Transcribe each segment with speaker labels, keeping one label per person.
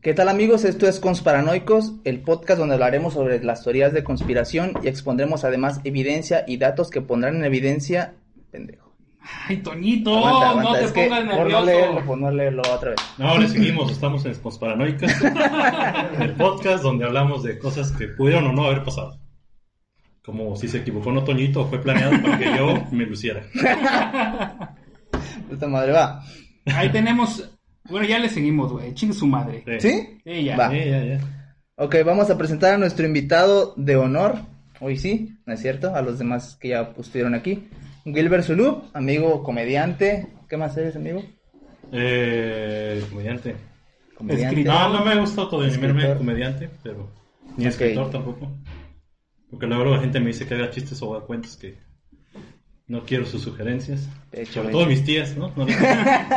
Speaker 1: ¿Qué tal amigos? Esto es Consparanoicos, el podcast donde hablaremos sobre las teorías de conspiración y expondremos además evidencia y datos que pondrán en evidencia... Pendejo.
Speaker 2: Ay, Toñito,
Speaker 1: Aguanta, aguanta,
Speaker 2: no
Speaker 1: es
Speaker 2: te
Speaker 1: que
Speaker 2: pongas
Speaker 1: por no leerlo,
Speaker 2: nervioso.
Speaker 1: por no leerlo otra vez.
Speaker 3: No, le seguimos, estamos en Consparanoicas, el podcast donde hablamos de cosas que pudieron o no haber pasado. Como si se equivocó no Toñito, o fue planeado para que yo me luciera.
Speaker 1: Esta madre va.
Speaker 2: Ahí tenemos. Bueno, ya le seguimos, güey. Chingue su madre.
Speaker 3: Sí.
Speaker 1: ¿Sí?
Speaker 2: Sí, ya.
Speaker 1: Va.
Speaker 3: Sí, ya, ya.
Speaker 1: Ok, vamos a presentar a nuestro invitado de honor. Hoy sí, ¿no es cierto? A los demás que ya estuvieron aquí. Gilbert Zulub, amigo comediante. ¿Qué más eres, amigo?
Speaker 3: Eh, comediante.
Speaker 1: Comediante.
Speaker 2: Escritor.
Speaker 3: No, no me gusta autodenominarme
Speaker 1: Escritor.
Speaker 3: comediante, pero ni
Speaker 1: Ok.
Speaker 3: escritor tampoco. Porque luego la gente me dice que haga chistes o haga cuentos que no quiero sus sugerencias.
Speaker 1: De hecho,
Speaker 3: Sobre
Speaker 1: güey.
Speaker 3: todo mis tías, ¿no? No les-
Speaker 2: Es-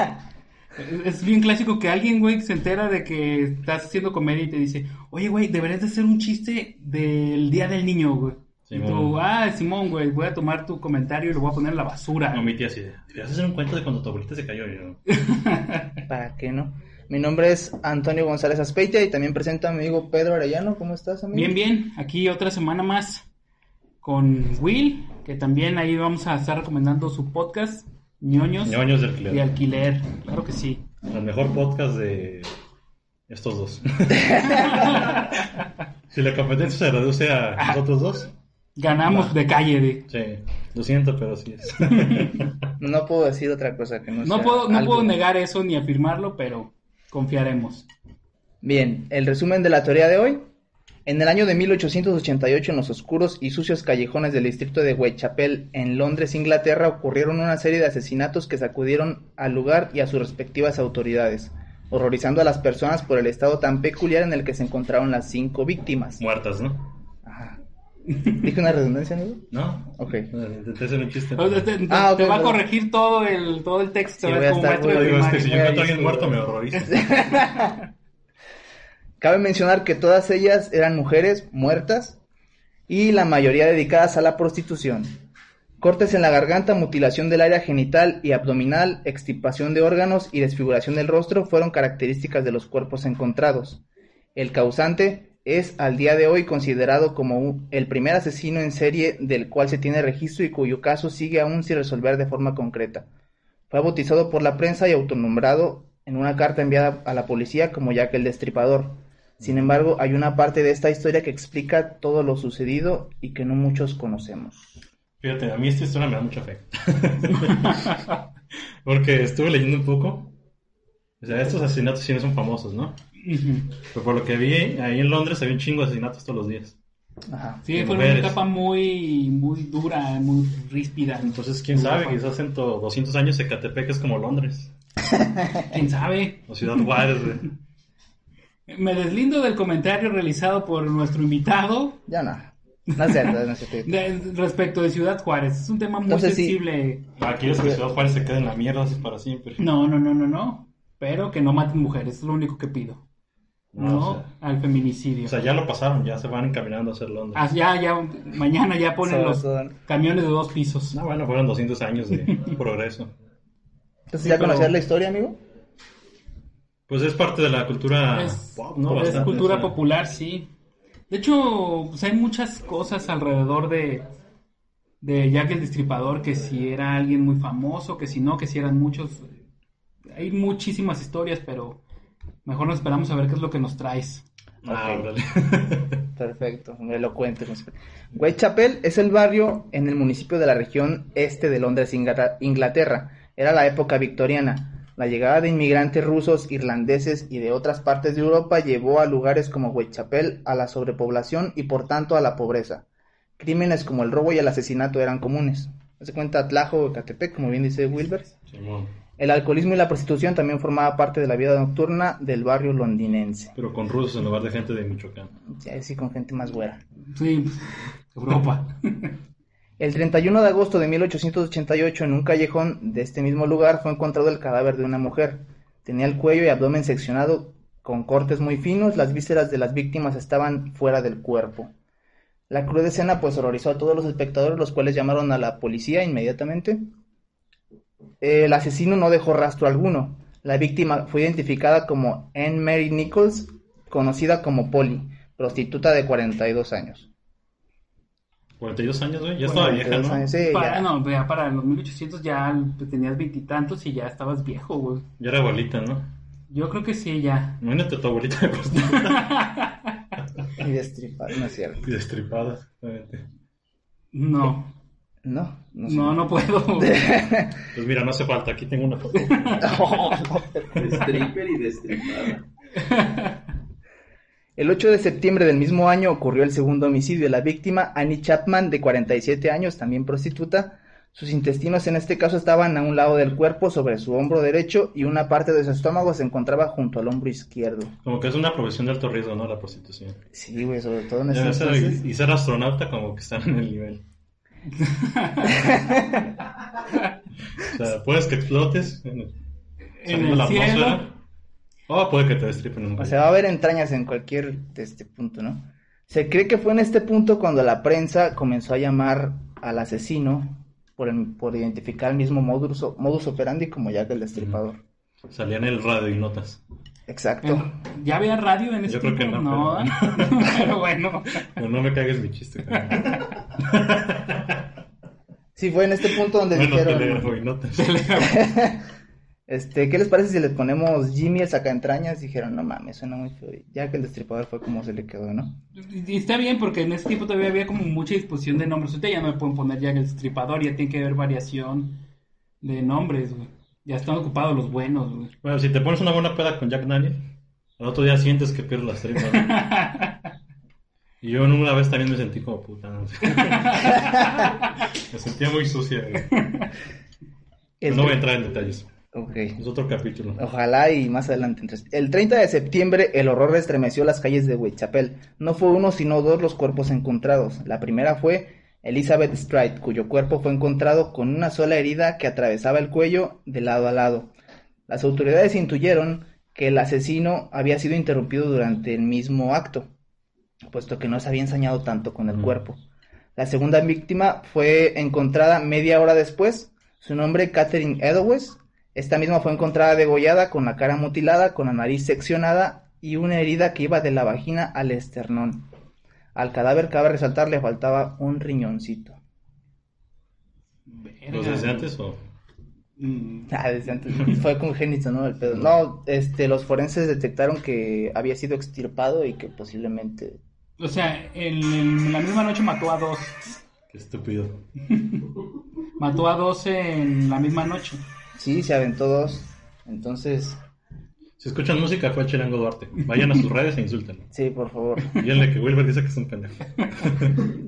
Speaker 2: Es bien clásico que alguien, güey, se entera de que estás haciendo comedia y te dice, oye, güey, deberías de hacer un chiste del Día del Niño, güey. Y tú,
Speaker 3: Simón.
Speaker 2: ah, Simón, güey, voy a tomar tu comentario y lo voy a poner en la basura.
Speaker 3: No, mi tía sí. Deberías hacer un cuento de cuando tu abuelita se cayó. Y yo,
Speaker 1: ¿Para qué no? Mi nombre es Antonio González Aspeitia y también presento a mi amigo Pedro Arellano. ¿Cómo estás, amigo?
Speaker 2: Bien, bien, aquí otra semana más con Will, que también ahí vamos a estar recomendando su podcast, Ñoños
Speaker 3: Ñoños de alquiler.
Speaker 2: y Alquiler. Claro que sí.
Speaker 3: El mejor podcast de estos dos. si la competencia se reduce a nosotros dos,
Speaker 2: Ganamos
Speaker 3: Va.
Speaker 2: de calle, güey.
Speaker 3: sí, lo siento, pero así es.
Speaker 1: No puedo decir otra cosa que no
Speaker 2: No
Speaker 1: sea
Speaker 2: puedo, no
Speaker 1: algo.
Speaker 2: puedo negar eso ni afirmarlo, pero confiaremos.
Speaker 1: Bien, el resumen de la teoría de hoy. En el año de 1888, en los oscuros y sucios callejones del distrito de Whitechapel, en Londres, Inglaterra, ocurrieron una serie de asesinatos que sacudieron al lugar y a sus respectivas autoridades, horrorizando a las personas por el estado tan peculiar en el que se encontraron las cinco víctimas.
Speaker 3: Muertas, ¿no?
Speaker 1: Ajá. ¿Dije una redundancia, amigo?
Speaker 3: ¿No?
Speaker 1: Ok.
Speaker 3: Intenté hacer un chiste.
Speaker 2: O
Speaker 3: pero-
Speaker 2: sea, te, te-
Speaker 1: Ah, ok,
Speaker 2: este, te va a
Speaker 1: perdón.
Speaker 2: corregir todo el, todo el texto,
Speaker 1: Sí,
Speaker 2: ¿ves?
Speaker 1: voy a
Speaker 2: como
Speaker 1: estar
Speaker 2: maestro
Speaker 1: muy- este,
Speaker 2: de
Speaker 3: Digo, es que
Speaker 2: primaria.
Speaker 3: si yo encuentro a alguien muerto, me horrorizo.
Speaker 1: Cabe mencionar que todas ellas eran mujeres muertas y la mayoría dedicadas a la prostitución. Cortes en la garganta, mutilación del área genital y abdominal, extirpación de órganos y desfiguración del rostro fueron características de los cuerpos encontrados. El causante es al día de hoy considerado como un- el primer asesino en serie del cual se tiene registro y cuyo caso sigue aún sin resolver de forma concreta. Fue bautizado por la prensa y autonombrado en una carta enviada a la policía como Jack el Destripador. Sin embargo, hay una parte de esta historia que explica todo lo sucedido y que no muchos conocemos.
Speaker 3: Fíjate, a mí esta historia me da mucha fe. Porque estuve leyendo un poco. O sea, estos asesinatos sí no son famosos, ¿no?
Speaker 2: Ujú.
Speaker 3: Pero por lo que vi, ahí en Londres había un chingo de asesinatos todos los días.
Speaker 1: Ajá.
Speaker 2: Sí,
Speaker 3: De
Speaker 2: fue
Speaker 3: mujeres.
Speaker 2: una etapa muy, muy dura, muy ríspida.
Speaker 3: Entonces, quién sabe, quizás en to- 200 años Ecatepec es como Londres,
Speaker 2: ¿Quién sabe?
Speaker 3: o Ciudad Juárez, güey.
Speaker 2: Me deslindo del comentario realizado por nuestro invitado
Speaker 1: Ya no. No es cierto, no es cierto.
Speaker 2: de- respecto de Ciudad Juárez. Es un tema muy
Speaker 1: Entonces, sí.
Speaker 2: sensible.
Speaker 3: Ah, ¿Quieres que Ciudad Juárez se quede en la mierda así para siempre?
Speaker 2: No, no, no, no, no. Pero que no maten mujeres, es lo único que pido. No,
Speaker 3: No, o sea-
Speaker 2: al feminicidio.
Speaker 3: O sea, ya lo pasaron, ya se van encaminando a hacer Londres.
Speaker 2: Ah, ya, ya, mañana ya ponen
Speaker 1: Sobre
Speaker 2: los
Speaker 1: todo, ¿no?
Speaker 2: camiones de dos pisos.
Speaker 3: No, bueno, fueron 200 años de progreso.
Speaker 1: Entonces,
Speaker 2: Sí,
Speaker 1: ¿ya
Speaker 2: pero-
Speaker 1: conocías la historia, amigo?
Speaker 3: Pues es parte de la cultura
Speaker 2: es,
Speaker 3: pop, ¿no?
Speaker 2: es
Speaker 3: Bastante,
Speaker 2: Pues, cultura
Speaker 3: o sea,
Speaker 2: popular, sí. De hecho, pues hay muchas cosas alrededor de, de Jack el Destripador, que si era alguien muy famoso, que si no, que si eran muchos. Hay muchísimas historias, pero mejor nos esperamos a ver qué es lo que nos traes.
Speaker 3: Ah,
Speaker 1: Ok.
Speaker 3: órale.
Speaker 1: Perfecto, hombre, elocuente. Whitechapel es el barrio en el municipio de la región este de Londres, Ingla- Inglaterra. Era la época victoriana. La llegada de inmigrantes rusos, irlandeses y de otras partes de Europa llevó a lugares como Whitechapel a la sobrepoblación y por tanto a la pobreza. Crímenes como el robo y el asesinato eran comunes. Se cuenta Tlajo o Catepec, como bien dice Wilber.
Speaker 3: Simón.
Speaker 1: El alcoholismo y la prostitución también formaba parte de la vida nocturna del barrio londinense.
Speaker 3: Pero con rusos en lugar de gente de Michoacán.
Speaker 1: Sí, ahí sí, con gente más güera.
Speaker 2: Sí, Europa.
Speaker 1: El 31 de agosto de 1888, en un callejón de este mismo lugar, fue encontrado el cadáver de una mujer. Tenía el cuello y abdomen seccionado con cortes muy finos, las vísceras de las víctimas estaban fuera del cuerpo. La cruda escena pues horrorizó a todos los espectadores, los cuales llamaron a la policía inmediatamente. El asesino no dejó rastro alguno. La víctima fue identificada como Anne Mary Nichols, conocida como Polly, prostituta de 42 años.
Speaker 3: 42 años, güey. Ya estaba vieja,
Speaker 1: 42
Speaker 3: ¿no?
Speaker 1: años, sí,
Speaker 2: para,
Speaker 1: ya.
Speaker 2: no, vea, para los 1800 ya pues, tenías veintitantos y, ya estabas viejo, güey.
Speaker 3: Ya era abuelita, ¿no?
Speaker 2: Yo creo que sí, ya.
Speaker 3: Imagínate a tu abuelita de prostituta
Speaker 1: Y destripado, no es cierto.
Speaker 3: y destripada. exactamente.
Speaker 2: No,
Speaker 1: No, no sé.
Speaker 2: no, no puedo.
Speaker 3: Pues mira, no hace falta. Aquí tengo una foto.
Speaker 4: De stripper y de stripada.
Speaker 1: El 8 de septiembre del mismo año ocurrió el segundo homicidio. La víctima, Annie Chapman, de 47 años, también prostituta. Sus intestinos en este caso estaban a un lado del cuerpo, sobre su hombro derecho, y una parte de su estómago se encontraba junto al hombro izquierdo.
Speaker 3: Como que es una profesión de alto riesgo, ¿no? La prostitución.
Speaker 1: Sí, güey, sobre todo en ese
Speaker 3: Ya ser-
Speaker 1: entonces.
Speaker 3: y ser astronauta como que están en el nivel. o sea, puedes que explotes en el,
Speaker 2: en
Speaker 3: saliendo de
Speaker 2: el
Speaker 3: la
Speaker 2: cielo.
Speaker 3: atmósfera. O puede que te destripen un
Speaker 1: O sea, va a haber entrañas en cualquier este punto, ¿no? Se cree que fue en este punto cuando la prensa comenzó a llamar al asesino por, el- por identificar el mismo modus, modus operandi como Jack el Destripador.
Speaker 3: Salía en el radio y notas.
Speaker 1: Exacto.
Speaker 2: En- ¿Ya había radio en ese
Speaker 3: Yo creo que
Speaker 2: tiempo?
Speaker 3: no,
Speaker 2: pero... bueno.
Speaker 3: Pero no me cagues mi chiste. cabrón.
Speaker 1: Sí, fue en este punto donde
Speaker 3: Bueno,
Speaker 1: dijeron...
Speaker 3: telégrafo y notas.
Speaker 1: Este, ¿qué les parece si les ponemos Jimmy el sacaentrañas? Dijeron, no mames, suena muy feo. Ya que el destripador fue como se le quedó, ¿no?
Speaker 2: Y está bien porque en ese tiempo todavía había como mucha disposición de nombres. Ahorita ya no me pueden poner Jack el Destripador, ya tiene que haber variación de nombres, güey. Ya están ocupados los buenos, güey.
Speaker 3: Bueno, si te pones una buena peda con Jack Daniel, al otro día sientes que pierdes las tripas. ¿no? y yo en una vez también me sentí como puta. ¿no? me sentía muy sucia. güey.
Speaker 1: El
Speaker 3: Pues No voy a
Speaker 1: tre-
Speaker 3: entrar en detalles.
Speaker 1: Este, Ok.
Speaker 3: Es otro capítulo.
Speaker 1: Ojalá y más adelante. entres. El 30 de septiembre el horror estremeció las calles de Whitechapel. No fue uno sino dos los cuerpos encontrados. La primera fue Elizabeth Stride, cuyo cuerpo fue encontrado con una sola herida que atravesaba el cuello de lado a lado. Las autoridades intuyeron que el asesino había sido interrumpido durante el mismo acto, puesto que no se había ensañado tanto con el
Speaker 3: Ujú.
Speaker 1: cuerpo. La segunda víctima fue encontrada media hora después. Su nombre, Catherine Edowes. Esta misma fue encontrada degollada, con la cara mutilada, con la nariz seccionada y una herida que iba de la vagina al esternón. Al cadáver, cabe resaltar, le faltaba un riñoncito.
Speaker 3: ¿Los oh, desde antes o...?
Speaker 2: Mm,
Speaker 1: Ah, desde antes. Fue congénito, ¿no? El pedo. No, este, los forenses detectaron que había sido extirpado y que posiblemente.
Speaker 2: O sea, el- el- la misma noche mató a dos.
Speaker 3: Qué estúpido.
Speaker 2: Mató a dos en la misma noche.
Speaker 1: Sí, se aventó dos. Entonces,
Speaker 3: Si escuchan música, fue Chirango Duarte. Vayan a sus redes e insultenlo.
Speaker 1: sí, por favor.
Speaker 3: Díganle que Wilber dice que es un pendejo.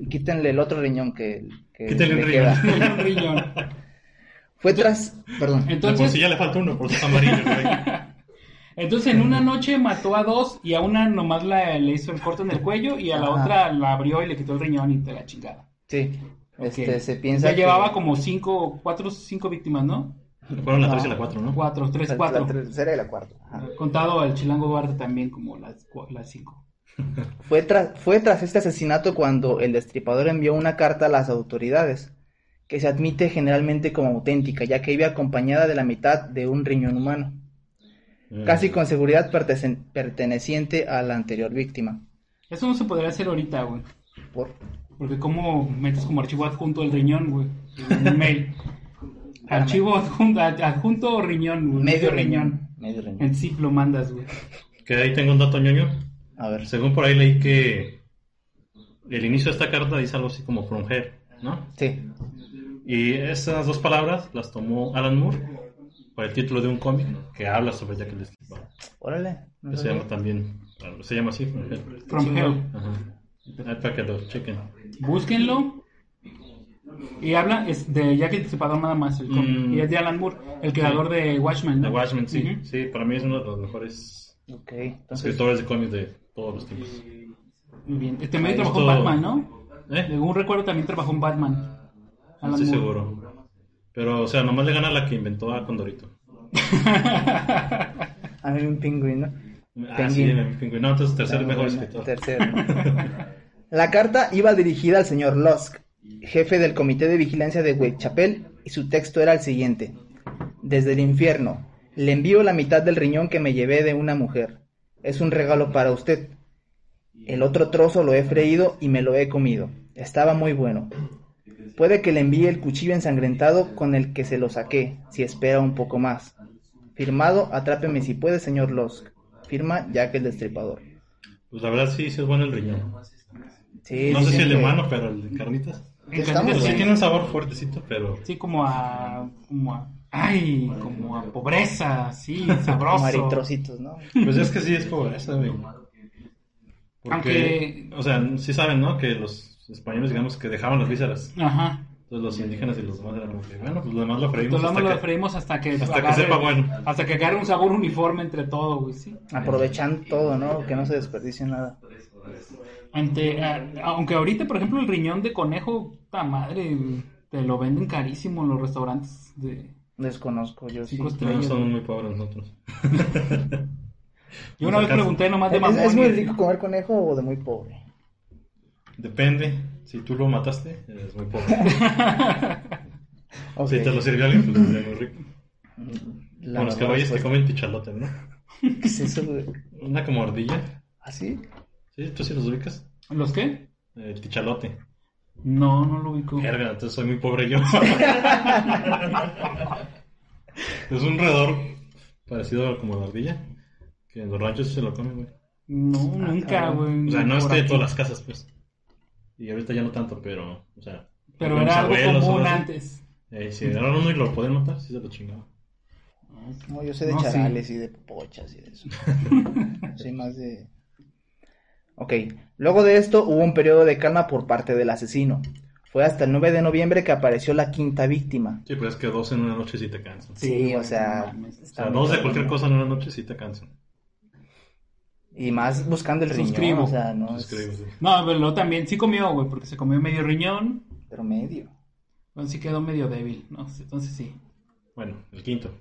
Speaker 1: Quítenle el otro riñón que, que
Speaker 3: Quítenle
Speaker 1: le
Speaker 3: un
Speaker 1: queda.
Speaker 3: riñón.
Speaker 2: Un riñón.
Speaker 1: Fue tras. Perdón.
Speaker 3: De Por
Speaker 2: Entonces,
Speaker 3: si ya le falta uno, por si es amarillo. güey.
Speaker 2: entonces en una noche mató a dos y a una nomás la, le hizo el corte en el cuello y a la
Speaker 1: Ajá.
Speaker 2: otra la abrió y le quitó el riñón y te la chingada.
Speaker 1: Sí. Este,
Speaker 2: Ok.
Speaker 1: se
Speaker 2: O
Speaker 1: piensa.
Speaker 2: sea,
Speaker 1: que-
Speaker 2: llevaba como cinco, cuatro, cinco víctimas, ¿no?
Speaker 3: Fueron las
Speaker 1: Ah,
Speaker 3: 3 y la 4, ¿no?
Speaker 2: Cuatro,
Speaker 1: la-
Speaker 2: tres,
Speaker 1: la
Speaker 2: cuatro.
Speaker 1: tercera y la cuarta. Ajá.
Speaker 2: Contado al Chilango Duarte también como las, cua- las cinco.
Speaker 1: Fue, tras- fue tras este asesinato cuando el destripador envió una carta a las autoridades, que se admite generalmente como auténtica, ya que iba acompañada de la mitad de un riñón humano,
Speaker 3: Eh,
Speaker 1: casi con seguridad pertece- perteneciente a la anterior víctima.
Speaker 2: Eso no se podría hacer ahorita, güey.
Speaker 1: Por-
Speaker 2: Porque cómo metes como archivo adjunto el riñón, güey. En un mail. archivo adjunto, adjunto o riñón, güey.
Speaker 1: medio riñón. Medio riñón.
Speaker 2: En zip lo mandas, güey.
Speaker 3: Que ahí tengo un dato ñoño.
Speaker 1: A ver.
Speaker 3: Según por ahí leí que el inicio de esta carta dice algo así como from here, ¿no?
Speaker 1: Sí.
Speaker 3: Y esas dos palabras las tomó Alan Moore por el título de un cómic que habla sobre Jack el Destripador.
Speaker 1: Órale. no
Speaker 3: Que se
Speaker 1: sabía.
Speaker 3: llama también, se llama así, From Hell.
Speaker 2: From Hell.
Speaker 3: Ajá. Ahí Para que lo chequen.
Speaker 2: Búsquenlo. Y habla es de Jack el Destripador nada más. el cómic.
Speaker 3: Mm.
Speaker 2: Y es de Alan Moore, el creador de Watchmen.
Speaker 3: The
Speaker 2: ¿no?
Speaker 3: Watchmen, sí.
Speaker 2: Ujú.
Speaker 3: Sí, para mí es uno de los mejores
Speaker 1: Ok, entonces.
Speaker 3: escritores de cómics de todos los tiempos.
Speaker 2: Muy bien. Este medio trabajó en
Speaker 3: Esto-
Speaker 2: Batman, ¿no?
Speaker 3: ¿Eh?
Speaker 2: Según recuerdo también trabajó en Batman.
Speaker 3: No
Speaker 2: Alan
Speaker 3: estoy
Speaker 2: Moore.
Speaker 3: seguro. Pero, o sea, nomás le gana la que inventó a Condorito.
Speaker 1: Hay un pingüino.
Speaker 3: Ah,
Speaker 1: Penguin.
Speaker 3: sí, el pingüino. No, entonces tercer
Speaker 1: Ah,
Speaker 3: mejor
Speaker 1: bueno,
Speaker 3: escritor.
Speaker 1: tercero. La carta iba dirigida al señor Lusk, jefe del comité de vigilancia de Whitechapel, y su texto era el siguiente: Desde el infierno, le envío la mitad del riñón que me llevé de una mujer. Es un regalo para usted. El otro trozo lo he freído y me lo he comido. Estaba muy bueno. Puede que le envíe el cuchillo ensangrentado con el que se lo saqué, si espera un poco más. Firmado, atrápeme si puede, señor Lusk. Firma Jack el Destripador.
Speaker 3: Pues la verdad sí, sí es bueno el riñón.
Speaker 1: Sí,
Speaker 3: no sé si
Speaker 1: dicen
Speaker 3: el de
Speaker 1: que-
Speaker 3: mano, pero el de carnitas. Pues,
Speaker 2: En
Speaker 1: Está
Speaker 2: Canadá,
Speaker 1: muy
Speaker 3: Sí,
Speaker 2: sí,
Speaker 1: bueno.
Speaker 3: tiene un sabor fuertecito, pero
Speaker 2: Sí, como a, como a, ay, como a pobreza, sí,
Speaker 1: Como
Speaker 2: sabroso.
Speaker 1: eritrocitos, ¿no?
Speaker 3: Pues es que sí es pobreza, güey. Porque,
Speaker 2: Aunque-
Speaker 3: o sea, sí saben, ¿no? Que los españoles, digamos, que dejaban las vísceras.
Speaker 2: Ajá.
Speaker 3: Entonces los indígenas y los demás eran como que, bueno, pues lo demás lo freímos.
Speaker 2: Entonces
Speaker 3: hasta
Speaker 2: lo
Speaker 3: que-
Speaker 2: freímos hasta que
Speaker 3: hasta que sepa bueno.
Speaker 2: hasta que agarre un sabor uniforme entre todo, güey, sí.
Speaker 3: Eh,
Speaker 1: Aprovechan todo, ¿no? Que no se desperdicie nada.
Speaker 2: Ante- a- ah, aunque ahorita, por ejemplo, el riñón de conejo, ta madre, güey, te lo venden carísimo en los restaurantes de
Speaker 1: Desconozco, yo sí.
Speaker 2: cinco
Speaker 1: Es,
Speaker 3: No,
Speaker 2: estrellas.
Speaker 3: somos muy pobres nosotros.
Speaker 2: Yo una vez pregunté nomás de mamón.
Speaker 1: es muy
Speaker 2: y-
Speaker 1: rico comer conejo o de muy pobre.
Speaker 3: Depende. Si tú lo mataste, eres muy pobre.
Speaker 1: Ok,
Speaker 3: Si te lo sirvió alguien, pues eres muy rico.
Speaker 1: la
Speaker 3: Como
Speaker 1: verdad pues.
Speaker 3: los caballos que
Speaker 1: respuesta.
Speaker 3: comen pichalote, ¿no?
Speaker 1: ¿Qué es eso, güey?
Speaker 3: Una como ardilla.
Speaker 1: ¿Así?
Speaker 3: ¿Sí? ¿Tú sí los ubicas?
Speaker 2: ¿Los qué?
Speaker 3: El pichalote.
Speaker 2: No, no lo ubico.
Speaker 3: Verga, entonces soy muy pobre yo. es un redor parecido a como la ardilla, que en los ranchos se lo comen, güey.
Speaker 2: No, nunca,
Speaker 1: cabrón.
Speaker 2: güey.
Speaker 3: O sea, no
Speaker 2: por
Speaker 3: es de
Speaker 2: aquí.
Speaker 3: todas las casas, pues. Y ahorita ya no tanto, pero, o sea...
Speaker 2: Pero
Speaker 3: mis
Speaker 2: era algo
Speaker 3: abuelos o
Speaker 2: común
Speaker 3: algo así.
Speaker 2: antes.
Speaker 3: Eh, si agarraron uno y lo podían matar, sí se lo chingaba.
Speaker 1: No, yo sé de
Speaker 2: No, sí.
Speaker 1: charales y de pochas y de eso. Soy más de... Ok, luego de esto hubo un periodo de calma por parte del asesino. Fue hasta el 9 de noviembre que apareció la quinta víctima.
Speaker 3: Sí, pero es que dos en una noche sí te cansan.
Speaker 1: Sí,
Speaker 2: Sí,
Speaker 1: o sea...
Speaker 2: no mames.
Speaker 3: O sea, dos de cualquier cosa en una noche sí te cansan.
Speaker 1: Y más buscando el riñón,
Speaker 2: Suscribo.
Speaker 1: o sea, no es
Speaker 3: Suscribo, sí.
Speaker 2: No, pero luego también sí comió, güey, porque se comió medio riñón.
Speaker 1: promedio.
Speaker 2: Entonces sí quedó medio débil, ¿no? Entonces sí.
Speaker 3: Bueno, el quinto.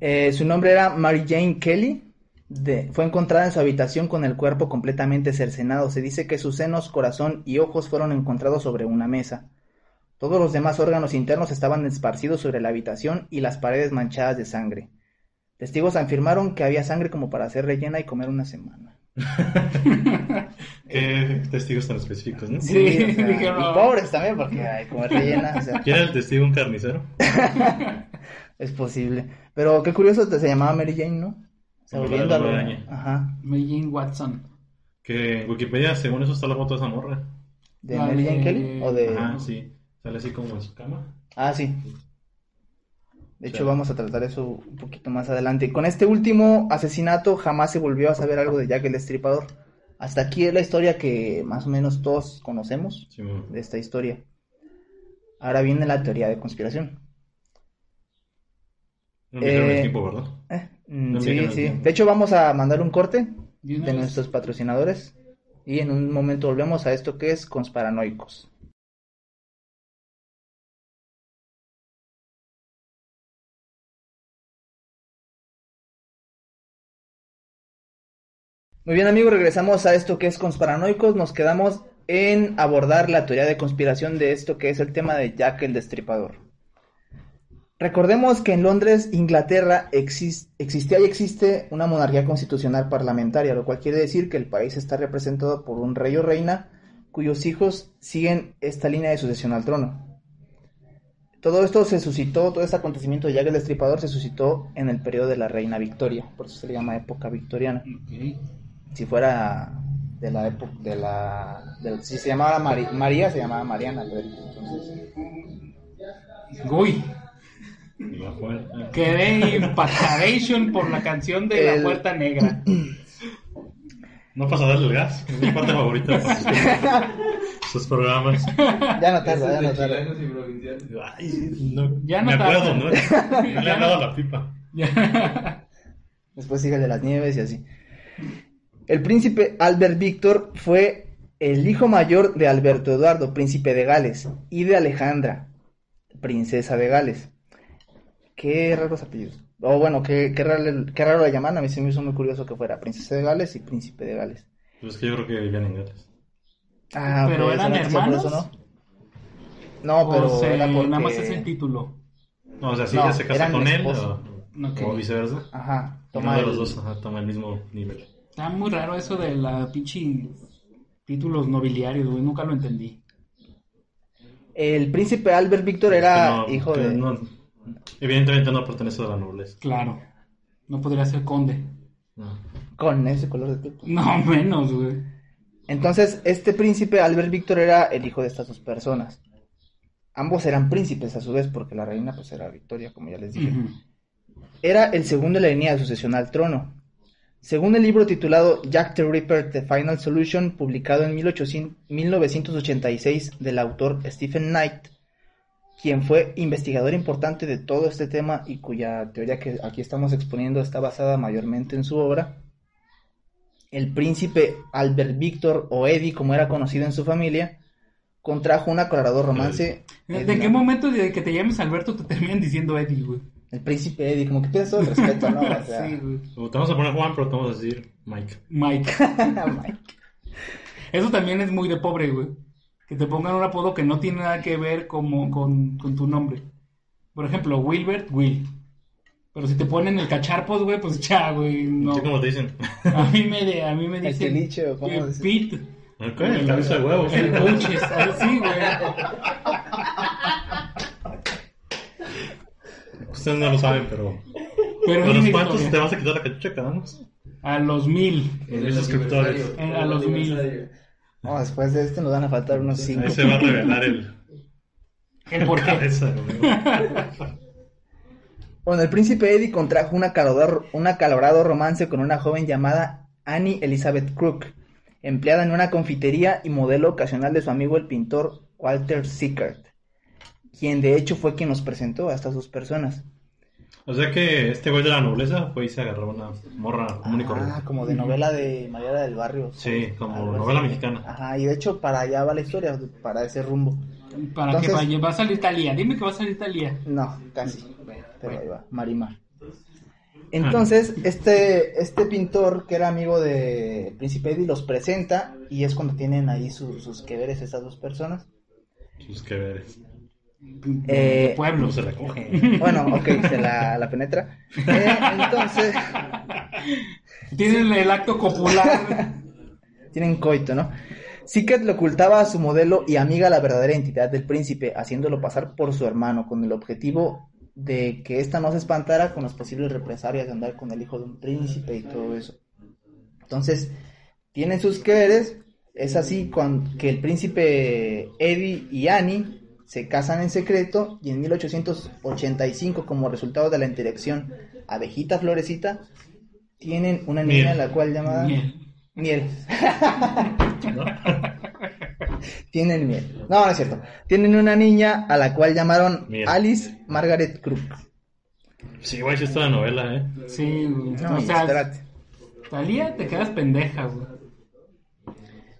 Speaker 1: Eh, su nombre era Mary Jane Kelly. De- fue encontrada en su habitación con el cuerpo completamente cercenado. Se dice que sus senos, corazón y ojos fueron encontrados sobre una mesa. Todos los demás órganos internos estaban esparcidos sobre la habitación y las paredes manchadas de sangre. Testigos afirmaron que había sangre como para hacer rellena y comer una semana.
Speaker 3: Qué testigos tan específicos, ¿no?
Speaker 2: Sí,
Speaker 1: o sea,
Speaker 2: dijeron.
Speaker 1: y pobres también, porque ay, comer rellena o sea,
Speaker 3: ¿Quién era el testigo un carnicero?
Speaker 1: es posible. Pero qué curioso, te- se llamaba Mary Jane, ¿no? O sea,
Speaker 3: Como la
Speaker 1: volviendo a
Speaker 3: de
Speaker 1: lo-
Speaker 3: la araña.
Speaker 1: Ajá.
Speaker 2: Mary Jane Watson.
Speaker 3: Que en Wikipedia, según eso, está la foto de esa morra.
Speaker 1: ¿De
Speaker 2: La
Speaker 1: Mary Jane
Speaker 2: de-
Speaker 1: Kelly? ¿O
Speaker 2: Eh.
Speaker 1: de.?
Speaker 3: Ajá, sí. Sale así como en su cama.
Speaker 1: Ah, sí. De
Speaker 3: Sí.
Speaker 1: hecho, vamos a tratar eso un poquito más adelante. Con este último asesinato, jamás se volvió a saber algo de Jack el Destripador. Hasta aquí es la historia que más o menos todos conocemos
Speaker 3: Sí, mamá.
Speaker 1: de esta historia. Ahora viene la teoría de conspiración.
Speaker 3: No me dijeron
Speaker 1: Eh,
Speaker 3: el tiempo, ¿verdad?
Speaker 1: Eh, mm,
Speaker 3: No me
Speaker 1: sí,
Speaker 3: dijeron
Speaker 1: sí.
Speaker 3: bien.
Speaker 1: De hecho, vamos a mandar un corte
Speaker 2: De una
Speaker 1: de
Speaker 2: vez.
Speaker 1: nuestros patrocinadores y en un momento volvemos a esto que es Consparanoicos. Muy bien, amigos, regresamos a esto que es Consparanoicos. Nos quedamos en abordar la teoría de conspiración de esto que es el tema de Jack el Destripador. Recordemos que en Londres, Inglaterra, exis- existía y existe una monarquía constitucional parlamentaria, lo cual quiere decir que el país está representado por un rey o reina cuyos hijos siguen esta línea de sucesión al trono. Todo esto se suscitó, todo este acontecimiento de Jack el Destripador se suscitó en el periodo de la reina Victoria, por eso se le llama época victoriana
Speaker 2: Ok.
Speaker 1: si fuera de la época de la del- si se llamaba Mari- María se llamaba Mariana pero entonces
Speaker 2: Uy.
Speaker 3: Y la eh. puerta.
Speaker 2: Quedé impactadation por la canción de
Speaker 1: El-
Speaker 2: La Puerta Negra.
Speaker 3: No pasa a darle el gas. Es mi parte favorita para sus programas.
Speaker 1: Ya no tarda, ya
Speaker 4: Esos de
Speaker 1: no tarda.
Speaker 4: chilenos y provinciales.
Speaker 3: Ay, no,
Speaker 2: Ya no
Speaker 3: me acuerdo,
Speaker 2: tarda.
Speaker 3: ¿no? No le
Speaker 2: Ya
Speaker 3: han
Speaker 2: no-
Speaker 3: dado la pipa.
Speaker 2: Ya.
Speaker 1: Después sigue el de las nieves y así. El príncipe Albert Víctor fue el hijo mayor de Alberto Eduardo, príncipe de Gales, y de Alejandra, princesa de Gales. Qué raros apellidos. O bueno, qué, qué raro, qué raro la llaman. A mí se me hizo muy curioso que fuera princesa de Gales y príncipe de Gales.
Speaker 3: Pues es que yo creo que vivían en Gales.
Speaker 1: Ah,
Speaker 2: ¿Pero
Speaker 1: pues,
Speaker 2: eran
Speaker 1: solamente sea por
Speaker 2: hermanos?
Speaker 1: eso, ¿no? No, pero
Speaker 2: O sea,
Speaker 1: era porque...
Speaker 2: nada más es el título.
Speaker 3: No, o sea, si
Speaker 1: No,
Speaker 3: ella se casa
Speaker 1: eran
Speaker 3: con él
Speaker 1: esposos.
Speaker 3: o,
Speaker 2: Ok.
Speaker 3: o viceversa.
Speaker 1: Ajá,
Speaker 3: Toma
Speaker 1: toma
Speaker 3: Uno de los
Speaker 1: el-
Speaker 3: dos ajá, toma el mismo nivel.
Speaker 2: Está muy raro eso de la pinche títulos nobiliarios, güey. Nunca lo entendí.
Speaker 1: El príncipe Albert Víctor era
Speaker 3: Que no-
Speaker 1: hijo
Speaker 3: que
Speaker 1: de...
Speaker 3: no- evidentemente no pertenece a la nobleza.
Speaker 2: Claro. No podría ser conde.
Speaker 3: No.
Speaker 1: Con ese color de piel.
Speaker 2: No menos, güey.
Speaker 1: Entonces, este príncipe Albert Víctor era el hijo de estas dos personas. Ambos eran príncipes a su vez, porque la reina pues era Victoria, como ya les dije.
Speaker 2: Ujú.
Speaker 1: Era el segundo en la línea de sucesión al trono. Según el libro titulado Jack the Ripper, The Final Solution, publicado en 1800 1986 del autor Stephen Knight, quien fue investigador importante de todo este tema y cuya teoría que aquí estamos exponiendo está basada mayormente en su obra, el príncipe Albert Victor, o Eddie como era conocido en su familia, contrajo un aclarado romance.
Speaker 2: ¿De qué momento de que te llames Alberto te terminan diciendo Eddie, güey?
Speaker 1: El príncipe Eddie, como que tienes todo el respeto, ¿no? O sea,
Speaker 2: Sí, güey.
Speaker 3: O Te vamos a poner Juan, pero te vamos a decir Mike.
Speaker 2: Mike. Eso también es muy de pobre, güey. Que te pongan un apodo que no tiene nada que ver como, con, con tu nombre. Por ejemplo, Wilbert, Will. Pero si te ponen el cacharpos, güey, pues ya, güey, no.
Speaker 3: ¿Sí cómo te dicen?
Speaker 2: A mí me, de- a mí me
Speaker 1: El
Speaker 2: dicen...
Speaker 1: teliche, ¿o cómo
Speaker 2: eh,
Speaker 1: dices?
Speaker 2: Pete.
Speaker 3: Ok, el cabeza de huevo.
Speaker 2: El Punches, así, güey.
Speaker 3: Ustedes no lo saben, pero.
Speaker 2: Pero
Speaker 3: ¿A
Speaker 2: es
Speaker 3: los
Speaker 2: mi
Speaker 3: cuantos
Speaker 2: historia.
Speaker 3: te vas a quitar la cachucha, vamos?
Speaker 2: A los mil. eh,
Speaker 4: En
Speaker 3: Mil
Speaker 4: el
Speaker 3: suscriptores.
Speaker 4: aniversario.
Speaker 2: A los mil.
Speaker 1: No, después de este nos van a faltar unos cinco.
Speaker 3: Ahí se va a revelar el.
Speaker 2: ¿El por qué?
Speaker 3: Cabeza, güey.
Speaker 1: Bueno, el príncipe Eddie contrajo un acalorado, un acalorado romance con una joven llamada Annie Elizabeth Crook, empleada en una confitería y modelo ocasional de su amigo el pintor Walter Sickert, quien de hecho fue quien nos presentó a estas dos personas.
Speaker 3: O sea que este güey de la nobleza fue y se agarró una morra común y
Speaker 1: Ah,
Speaker 3: corriente.
Speaker 1: como de novela de Mayara del Barrio.
Speaker 3: Sí, como
Speaker 1: Algo así.
Speaker 3: novela mexicana.
Speaker 1: Ajá, y de hecho para allá va la historia, para ese rumbo.
Speaker 2: Para
Speaker 1: Entonces-
Speaker 2: que vaya. Va a salir Talía. Dime que va a salir Talía.
Speaker 1: No, casi. Pero ahí va, Marimar. Entonces, este, este pintor que era amigo de Príncipe Eddie los presenta y es cuando tienen ahí su- sus que veres estas dos personas.
Speaker 3: Sus que veres.
Speaker 1: Eh,
Speaker 3: No
Speaker 2: Pueblos.
Speaker 3: se la coge.
Speaker 1: Bueno, ok, se la, la penetra. Eh, entonces,
Speaker 2: Tienen el acto copular.
Speaker 1: tienen coito, ¿no? Sickert le ocultaba a su modelo y amiga la verdadera identidad del príncipe, haciéndolo pasar por su hermano, con el objetivo de que ésta no se espantara con las posibles represalias de andar con el hijo de un príncipe y todo eso. Entonces, tienen sus quereres. Es así cuan- que el príncipe Eddie y Annie se casan en secreto y en 1885, como resultado de la interacción abejita florecita, tienen una niña
Speaker 3: Miel.
Speaker 1: la cual llamada
Speaker 2: Miel.
Speaker 1: Miel.
Speaker 3: ¿no?
Speaker 1: Tienen miel. No, no es cierto. Tienen una niña a la cual llamaron
Speaker 3: Miel.
Speaker 1: Alice Margaret Crook.
Speaker 3: Sí, güey, sí está la novela, ¿eh?
Speaker 2: Sí, güey.
Speaker 1: No,
Speaker 2: o sea,
Speaker 1: espérate.
Speaker 2: Talía te quedas pendeja, güey.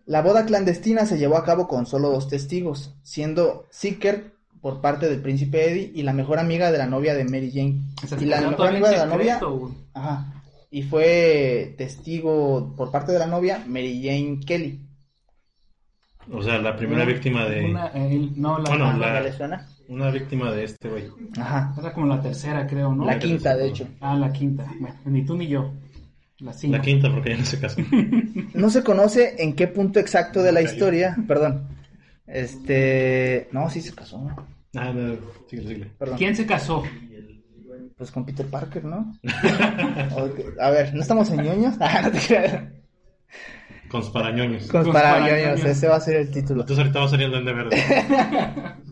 Speaker 1: La boda clandestina se llevó a cabo con solo dos testigos, siendo Seeker por parte del príncipe Eddie y la mejor amiga de la novia de Mary Jane.
Speaker 2: O sea,
Speaker 1: y
Speaker 2: te
Speaker 1: la
Speaker 2: quedas
Speaker 1: mejor
Speaker 2: todavía
Speaker 1: amiga de la
Speaker 2: en
Speaker 1: novia.
Speaker 2: secreto, güey.
Speaker 1: Ajá. Y fue testigo por parte de la novia Mary Jane Kelly.
Speaker 3: O sea, la primera
Speaker 1: Una-
Speaker 3: víctima de.
Speaker 2: Una, el- eh, no, la,
Speaker 3: Bueno,
Speaker 1: Ah,
Speaker 3: la-
Speaker 1: ¿ya le suena?
Speaker 3: Una víctima de este güey.
Speaker 1: Ajá.
Speaker 2: era como la tercera, creo, ¿no?
Speaker 1: La quinta, de hecho.
Speaker 2: Ah, la quinta. Bueno, ni tú ni yo. La cinco.
Speaker 3: La quinta, porque ya no se casó.
Speaker 1: No se conoce en qué punto exacto de la
Speaker 3: Cayó.
Speaker 1: historia. Perdón. Este. No, sí se casó.
Speaker 3: Ah, no, síguele, síguele.
Speaker 1: Perdón.
Speaker 2: ¿Quién se casó?
Speaker 1: Pues con Peter Parker, ¿no? O que- a ver, ¿no estamos en ñoños? Ah, no te creas.
Speaker 3: Con sus parañoños.
Speaker 1: Con
Speaker 2: Con
Speaker 1: Pues para
Speaker 2: para
Speaker 1: ñoños,
Speaker 2: ñoños.
Speaker 1: ese va a ser el título.
Speaker 3: Entonces ahorita va a salir el Duende Verde.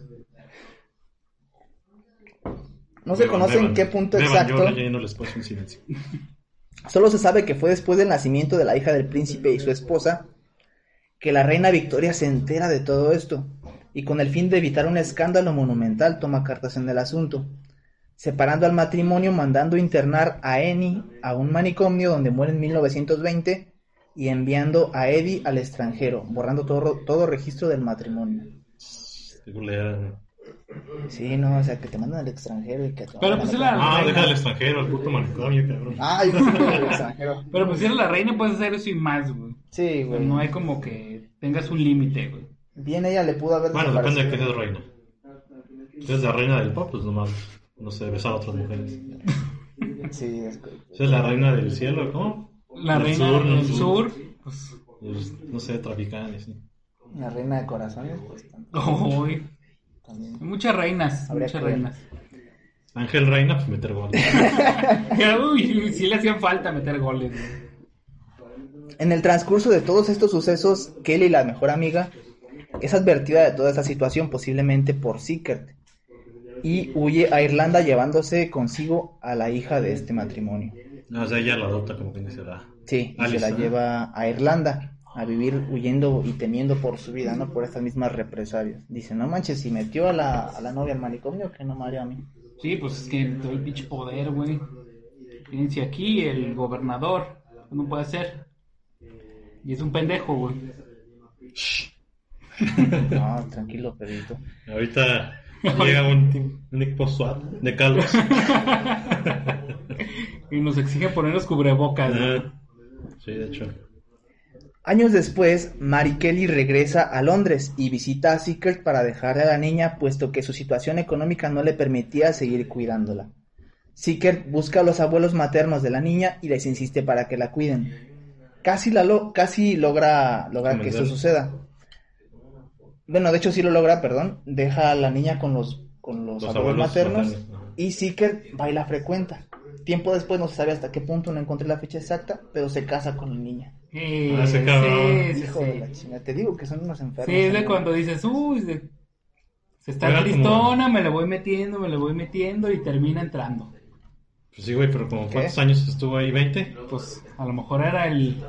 Speaker 1: No se
Speaker 3: Beban,
Speaker 1: conoce en
Speaker 3: beban.
Speaker 1: qué punto
Speaker 3: Beban,
Speaker 1: exacto.
Speaker 3: Yo lleno el espacio en silencio.
Speaker 1: Solo se sabe que fue después del nacimiento de la hija del príncipe y su esposa que la reina Victoria se entera de todo esto y con el fin de evitar un escándalo monumental toma cartas en el asunto, separando al matrimonio mandando internar a Annie a un manicomio donde muere en 1920 y enviando a Eddie al extranjero, borrando todo, todo registro del matrimonio.
Speaker 3: Qué culera.
Speaker 1: Sí, no, o sea, que te mandan al extranjero y que te
Speaker 2: Pero,
Speaker 1: mandan
Speaker 2: pues,
Speaker 1: al-
Speaker 2: era-
Speaker 3: Ah, deja al extranjero, al puto manicomio, cabrón.
Speaker 1: Ah, yo pensé que era al extranjero.
Speaker 2: Pero pues si eres la reina puedes hacer eso y más, güey.
Speaker 1: Sí,
Speaker 2: Pero
Speaker 1: güey.
Speaker 2: no hay como que tengas un límite, güey.
Speaker 1: Bien ella le pudo haber
Speaker 3: Bueno, depende de
Speaker 1: desaparecido.
Speaker 3: que seas reina. Si eres la reina del pop, pues nomás, no sé, besar a otras mujeres.
Speaker 1: Sí, es correcto.
Speaker 3: Si eres la reina del cielo, ¿cómo?
Speaker 2: La
Speaker 3: Del
Speaker 2: reina
Speaker 3: sur,
Speaker 2: del
Speaker 3: del
Speaker 2: sur,
Speaker 3: sur.
Speaker 2: pues,
Speaker 3: Pues, no sé, traficar y así.
Speaker 1: La reina de corazones, pues tam-
Speaker 2: uy,
Speaker 1: también.
Speaker 2: oh, muchas reinas,
Speaker 1: Habría
Speaker 2: muchas
Speaker 1: que ver.
Speaker 2: reinas.
Speaker 3: Ángel Reina, pues meter gol.
Speaker 2: Uy, sí le hacían falta meter goles, güey.
Speaker 1: En el transcurso de todos estos sucesos, Kelly, la mejor amiga, es advertida de toda esta situación, posiblemente por Sickert, y huye a Irlanda llevándose consigo a la hija de este matrimonio.
Speaker 3: No, o sea, ella la adopta como quien dice la.
Speaker 1: Sí, y se
Speaker 3: Alice,
Speaker 1: la
Speaker 3: ¿no?
Speaker 1: lleva a Irlanda a vivir huyendo y temiendo por su vida, ¿no? Por estas mismas represalias. Dice, no manches, si metió a la, a la novia al manicomio, que no mareó a mí.
Speaker 2: Sí, pues es que todo el pinche poder, güey. Fíjense aquí, el gobernador, Pues no puede ser. Y es un pendejo, güey.
Speaker 1: No, tranquilo, Pedrito.
Speaker 3: Ahorita llega un team- un equipo SWAT de calvos.
Speaker 2: Y nos exige ponernos cubrebocas, güey.
Speaker 3: Ah, sí, de hecho.
Speaker 1: Años después, Mary Kelly regresa a Londres y visita a Sickert para dejarle a la niña, puesto que su situación económica no le permitía seguir cuidándola. Sickert busca a los abuelos maternos de la niña y les insiste para que la cuiden. Casi, la lo- casi logra, logra que esto
Speaker 3: Comenzar.
Speaker 1: suceda. Bueno, de hecho sí lo logra, perdón. Deja a la niña con los, con los, abuelos,
Speaker 3: Los abuelos
Speaker 1: maternos,
Speaker 3: maternos, ajá.
Speaker 1: y Sickert va y la frecuenta. Tiempo después no se sabe hasta qué punto, no encontré la fecha exacta, pero se casa con la niña.
Speaker 2: Eh,
Speaker 3: Ah, ese cabrón.
Speaker 2: sí, sí,
Speaker 1: Hijo de
Speaker 2: sí.
Speaker 1: la chingada, te digo que son unos enfermos.
Speaker 2: Sí, es de
Speaker 1: amigo.
Speaker 2: cuando dices, uy, se, se está
Speaker 3: Era como-
Speaker 2: tristona, me la voy metiendo, me la voy metiendo y termina entrando.
Speaker 3: Pues sí, güey, pero como cuántos años estuvo ahí, 20.
Speaker 2: Pues a lo mejor era el...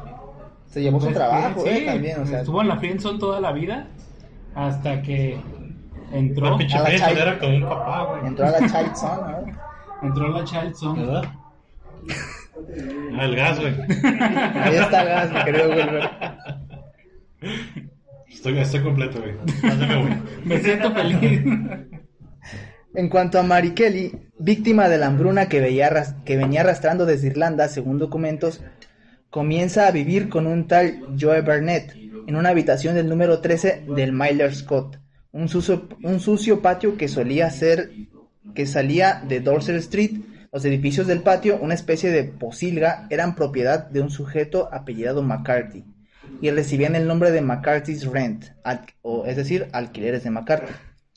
Speaker 1: Se llevó su
Speaker 2: pues,
Speaker 1: trabajo,
Speaker 2: sí,
Speaker 1: eh, también, o sea.
Speaker 2: Estuvo en la Friendzone toda la vida hasta que entró,
Speaker 3: El pinche
Speaker 1: A la
Speaker 3: Benson
Speaker 1: chai.
Speaker 3: era como un papá, güey.
Speaker 1: Entró a la Child Zone, ¿no?
Speaker 2: entró a la Child Zone.
Speaker 3: ¿Verdad? Ah, el gas, güey.
Speaker 1: Ahí está Gas, mi querido Wilber.
Speaker 3: Estoy, estoy completo, güey. Mándame, güey.
Speaker 2: Me siento feliz.
Speaker 1: En cuanto a Mary Kelly, víctima de la hambruna que, veía arras- que venía arrastrando desde Irlanda, según documentos, comienza a vivir con un tal Joe Burnett en una habitación del número 13 del Myler Scott, un sucio, un sucio patio que solía ser que salía de Dorset Street. Los edificios del patio, una especie de posilga, eran propiedad de un sujeto apellidado McCarthy y recibían el nombre de McCarthy's Rent, al- o, es decir, alquileres de McCarthy.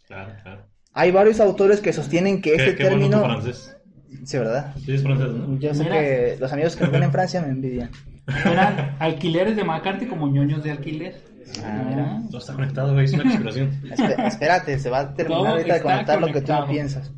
Speaker 3: Claro, claro.
Speaker 1: Hay varios autores que sostienen que
Speaker 3: Qué,
Speaker 1: este
Speaker 3: qué bueno
Speaker 1: término.
Speaker 3: tu francés.
Speaker 1: Sí, ¿verdad?
Speaker 3: Sí, es francés, ¿no?
Speaker 1: Yo sé
Speaker 2: Mira.
Speaker 1: que los amigos que están en Francia me envidian.
Speaker 2: Eran alquileres de McCarthy como ñoños de alquiler.
Speaker 1: Ah, mira.
Speaker 3: No está conectado, güey. Es una conspiración.
Speaker 1: Espe- espérate, se va a terminar
Speaker 2: Todo
Speaker 1: ahorita de
Speaker 2: está
Speaker 1: comentar lo que tú no
Speaker 2: conectado.
Speaker 1: piensas.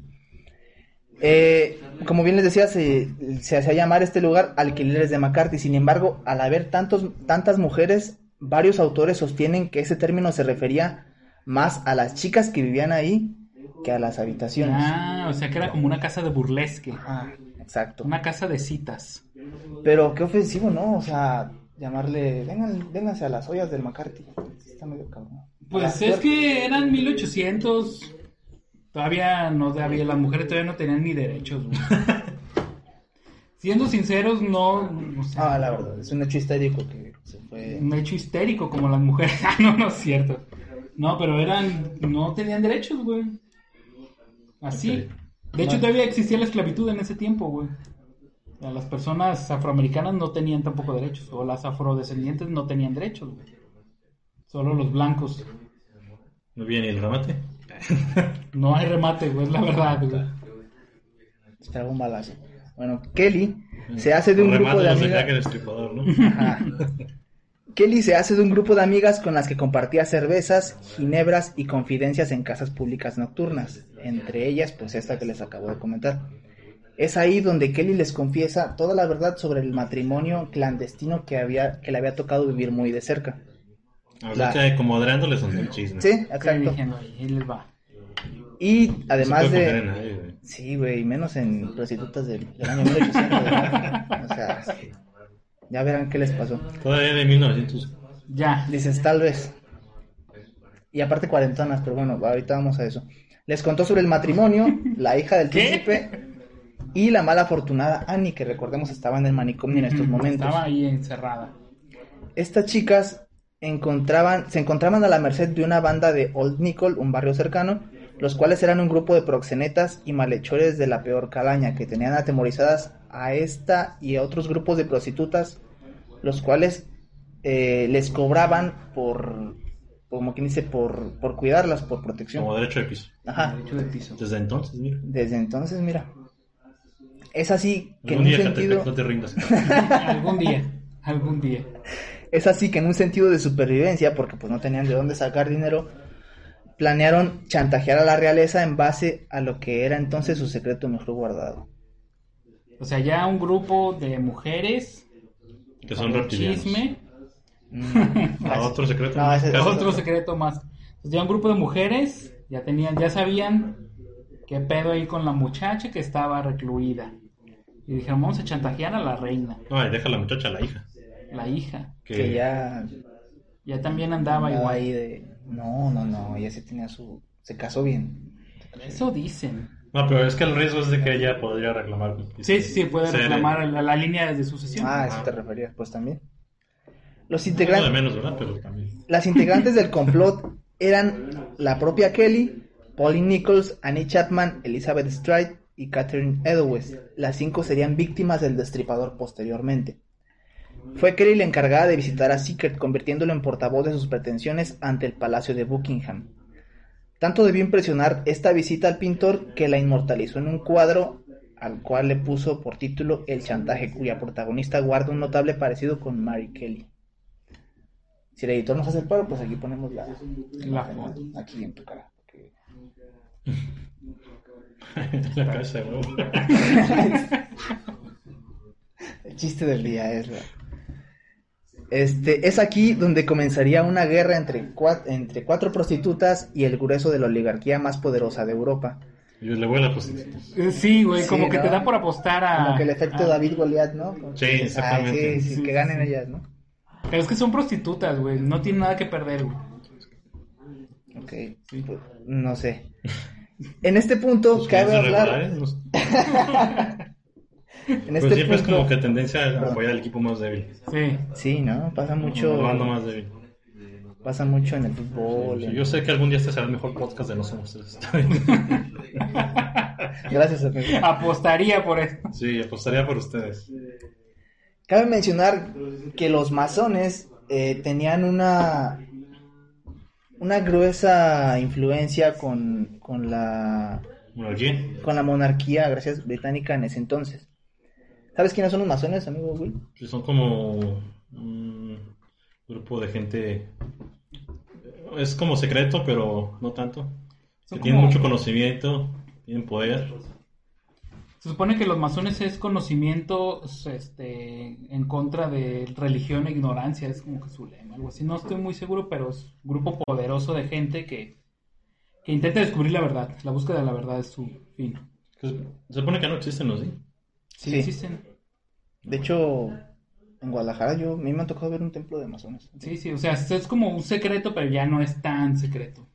Speaker 1: Eh, como bien les decía, se, se hacía llamar este lugar alquileres de McCarthy. Sin embargo, al haber tantos, tantas mujeres, varios autores sostienen que ese término se refería más a las chicas que vivían ahí que a las habitaciones.
Speaker 2: Ah, o sea que era como una casa de burlesque,
Speaker 1: Ah, exacto.
Speaker 2: una casa de citas.
Speaker 1: Pero qué ofensivo, ¿no? O sea, llamarle, vengan, vénganse a las ollas del McCarthy. Está medio cabrón.
Speaker 2: Pues
Speaker 1: A la
Speaker 2: es que eran 1800. Todavía no había, las mujeres todavía no tenían ni derechos. güey. Siendo sinceros, no. o
Speaker 1: puerta-
Speaker 2: sea,
Speaker 1: Ah, la verdad, es un hecho histérico que se fue.
Speaker 2: un hecho histérico como las mujeres. Ah, no, no es cierto. No, pero eran. No tenían derechos, güey. Así. De hecho, todavía existía la esclavitud en ese tiempo, güey. O sea, Las personas afroamericanas no tenían tampoco derechos. O las afrodescendientes no tenían derechos, güey. Solo los blancos.
Speaker 3: Muy bien, ¿y el remate?
Speaker 2: No hay remate, güey, es la verdad, güey.
Speaker 1: Esperaba un balazo. Bueno, Kelly se hace de un
Speaker 3: remate
Speaker 1: grupo de
Speaker 3: no se cae
Speaker 1: amigas.
Speaker 3: que el estripador, ¿no?
Speaker 1: Ajá. Kelly se hace de un grupo de amigas con las que compartía cervezas, ginebras y confidencias en casas públicas nocturnas, entre ellas pues esta que les acabo de comentar. Es ahí donde Kelly les confiesa toda la verdad sobre el matrimonio clandestino que, había, que le había tocado vivir muy de cerca.
Speaker 3: Ahorita eh, como dándoles son el chisme.
Speaker 1: Sí,
Speaker 2: Exacto.
Speaker 1: exacto.
Speaker 2: ahí les va.
Speaker 1: Y
Speaker 3: No
Speaker 1: además
Speaker 3: se puede confiar en
Speaker 1: de...
Speaker 3: nadie, güey.
Speaker 1: Sí, güey, menos en prostitutas del, del año 1800, ¿verdad? O sea, ya verán qué les pasó.
Speaker 3: Todavía de 1900.
Speaker 2: Ya.
Speaker 1: Dices, tal vez. Y aparte cuarentonas, pero bueno, ahorita vamos a eso. Les contó sobre el matrimonio, la hija del
Speaker 2: ¿Qué?
Speaker 1: príncipe y la mala afortunada Annie, que recordemos estaba en el manicomio en estos
Speaker 2: Mm,
Speaker 1: momentos.
Speaker 2: Estaba ahí encerrada.
Speaker 1: Estas chicas encontraban, se encontraban a la merced de una banda de Old Nicol, un barrio cercano, los cuales eran un grupo de proxenetas y malhechores de la peor calaña, que tenían atemorizadas a esta y a otros grupos de prostitutas, los cuales eh, les cobraban por, como quien dice, por, por cuidarlas, por protección.
Speaker 3: Como derecho de piso.
Speaker 1: Ajá.
Speaker 2: Derecho de piso.
Speaker 3: Desde entonces, mira.
Speaker 1: Desde entonces, mira. Es así que en un
Speaker 3: Algún día, Catepec,
Speaker 1: sentido...
Speaker 3: no te rindas.
Speaker 2: algún día. Algún día.
Speaker 1: Es así que en un sentido de supervivencia, porque pues no tenían de dónde sacar dinero, planearon chantajear a la realeza en base a lo que era entonces su secreto mejor guardado.
Speaker 2: O sea, ya un grupo de mujeres.
Speaker 3: Que son
Speaker 2: con
Speaker 3: reptilianos.
Speaker 2: Chisme.
Speaker 1: Mm,
Speaker 3: A otro secreto.
Speaker 1: No, ese-
Speaker 3: Claro.
Speaker 2: Otro secreto más. Entonces, ya un grupo de mujeres. Ya tenían, ya sabían qué pedo ahí con la muchacha que estaba recluida. Y dijeron, vamos a chantajear a la reina,
Speaker 3: No, y deja a la muchacha, la hija.
Speaker 2: la hija.
Speaker 3: Que,
Speaker 1: que ya
Speaker 2: Ya también andaba
Speaker 1: andaba
Speaker 2: igual.
Speaker 1: ahí de... No, no, no, ella sí tenía su... Se casó bien.
Speaker 2: Eso dicen.
Speaker 3: No, pero es que el riesgo es de que ella podría reclamar.
Speaker 2: Sí, sí, sí, puede
Speaker 3: Ser-
Speaker 2: reclamar a la, la línea de sucesión.
Speaker 1: Ah, a eso te referías, pues también. Los
Speaker 3: Un poco de
Speaker 1: integrantes...
Speaker 3: menos, ¿verdad? Pero también.
Speaker 1: Las integrantes del complot eran la propia Kelly, Pauline Nichols, Annie Chapman, Elizabeth Stride y Catherine Edowes. Las cinco serían víctimas del destripador posteriormente. Fue Kelly la encargada de visitar a Secret, convirtiéndolo en portavoz de sus pretensiones ante el Palacio de Buckingham. Tanto debió impresionar esta visita al pintor que la inmortalizó en un cuadro al cual le puso por título El chantaje, cuya protagonista guarda un notable parecido con Mary Kelly. Si el editor nos hace el paro, pues aquí ponemos la,
Speaker 2: La foto.
Speaker 1: aquí en tu cara. porque-
Speaker 3: la cabeza de huevo.
Speaker 1: El chiste del día es la- Este, es aquí donde comenzaría una guerra entre, cua- entre cuatro prostitutas y el grueso de la oligarquía más poderosa de Europa.
Speaker 3: Y le voy a la prostituta.
Speaker 2: Eh, Sí, güey,
Speaker 1: Sí,
Speaker 2: como que
Speaker 1: ¿no?
Speaker 2: te da por apostar a...
Speaker 1: Como que el efecto
Speaker 2: a-
Speaker 1: David Goliat, ¿no? Como
Speaker 3: Sí,
Speaker 1: que dices, "Ay, sí,
Speaker 3: exactamente.
Speaker 1: sí,
Speaker 2: Ah, Sí,
Speaker 1: que
Speaker 2: sí,
Speaker 1: ganen
Speaker 2: sí.
Speaker 1: ellas, ¿no?
Speaker 2: Pero es que son prostitutas, güey, no tienen nada que perder, güey.
Speaker 1: Ok, pues, no sé. En este punto
Speaker 3: Sus
Speaker 1: cabe
Speaker 3: clientes
Speaker 1: hablar.
Speaker 3: regulares, los-
Speaker 1: En
Speaker 3: Pero
Speaker 1: este
Speaker 3: Pues siempre es
Speaker 1: punto-
Speaker 3: como que tendencia a apoyar al equipo más débil.
Speaker 2: Sí.
Speaker 1: Sí, ¿no? Pasa mucho.
Speaker 3: Al bando más débil.
Speaker 1: Pasa mucho en el fútbol.
Speaker 3: Sí,
Speaker 1: en-
Speaker 3: Yo sé que algún día este será el mejor podcast de nosotros. tres.
Speaker 1: Gracias, amigo.
Speaker 2: Apostaría por eso.
Speaker 3: sí, apostaría por ustedes.
Speaker 1: Cabe mencionar que los masones eh, tenían una una gruesa influencia con, con la
Speaker 3: Monarquía.
Speaker 1: con la monarquía, gracias, británica en ese entonces. ¿Sabes quiénes son los masones, amigo Will?
Speaker 3: Sí, son como un grupo de gente. Es como secreto, pero no tanto.
Speaker 2: Son
Speaker 3: que tienen
Speaker 2: como-
Speaker 3: mucho conocimiento, tienen poder.
Speaker 2: Se supone que los masones es conocimiento este, en contra de religión e ignorancia, es como que su lema, algo así. No estoy muy seguro, pero es un grupo poderoso de gente que, que intenta descubrir la verdad. La búsqueda de la verdad es su fin.
Speaker 3: Que se se supone que no existen, ¿no? Sí.
Speaker 2: Sí,
Speaker 1: Sí.
Speaker 2: existen.
Speaker 1: De hecho, en Guadalajara yo a mí me ha tocado ver un templo de masones.
Speaker 2: Sí, sí, o sea, es como un secreto, pero ya no es tan secreto.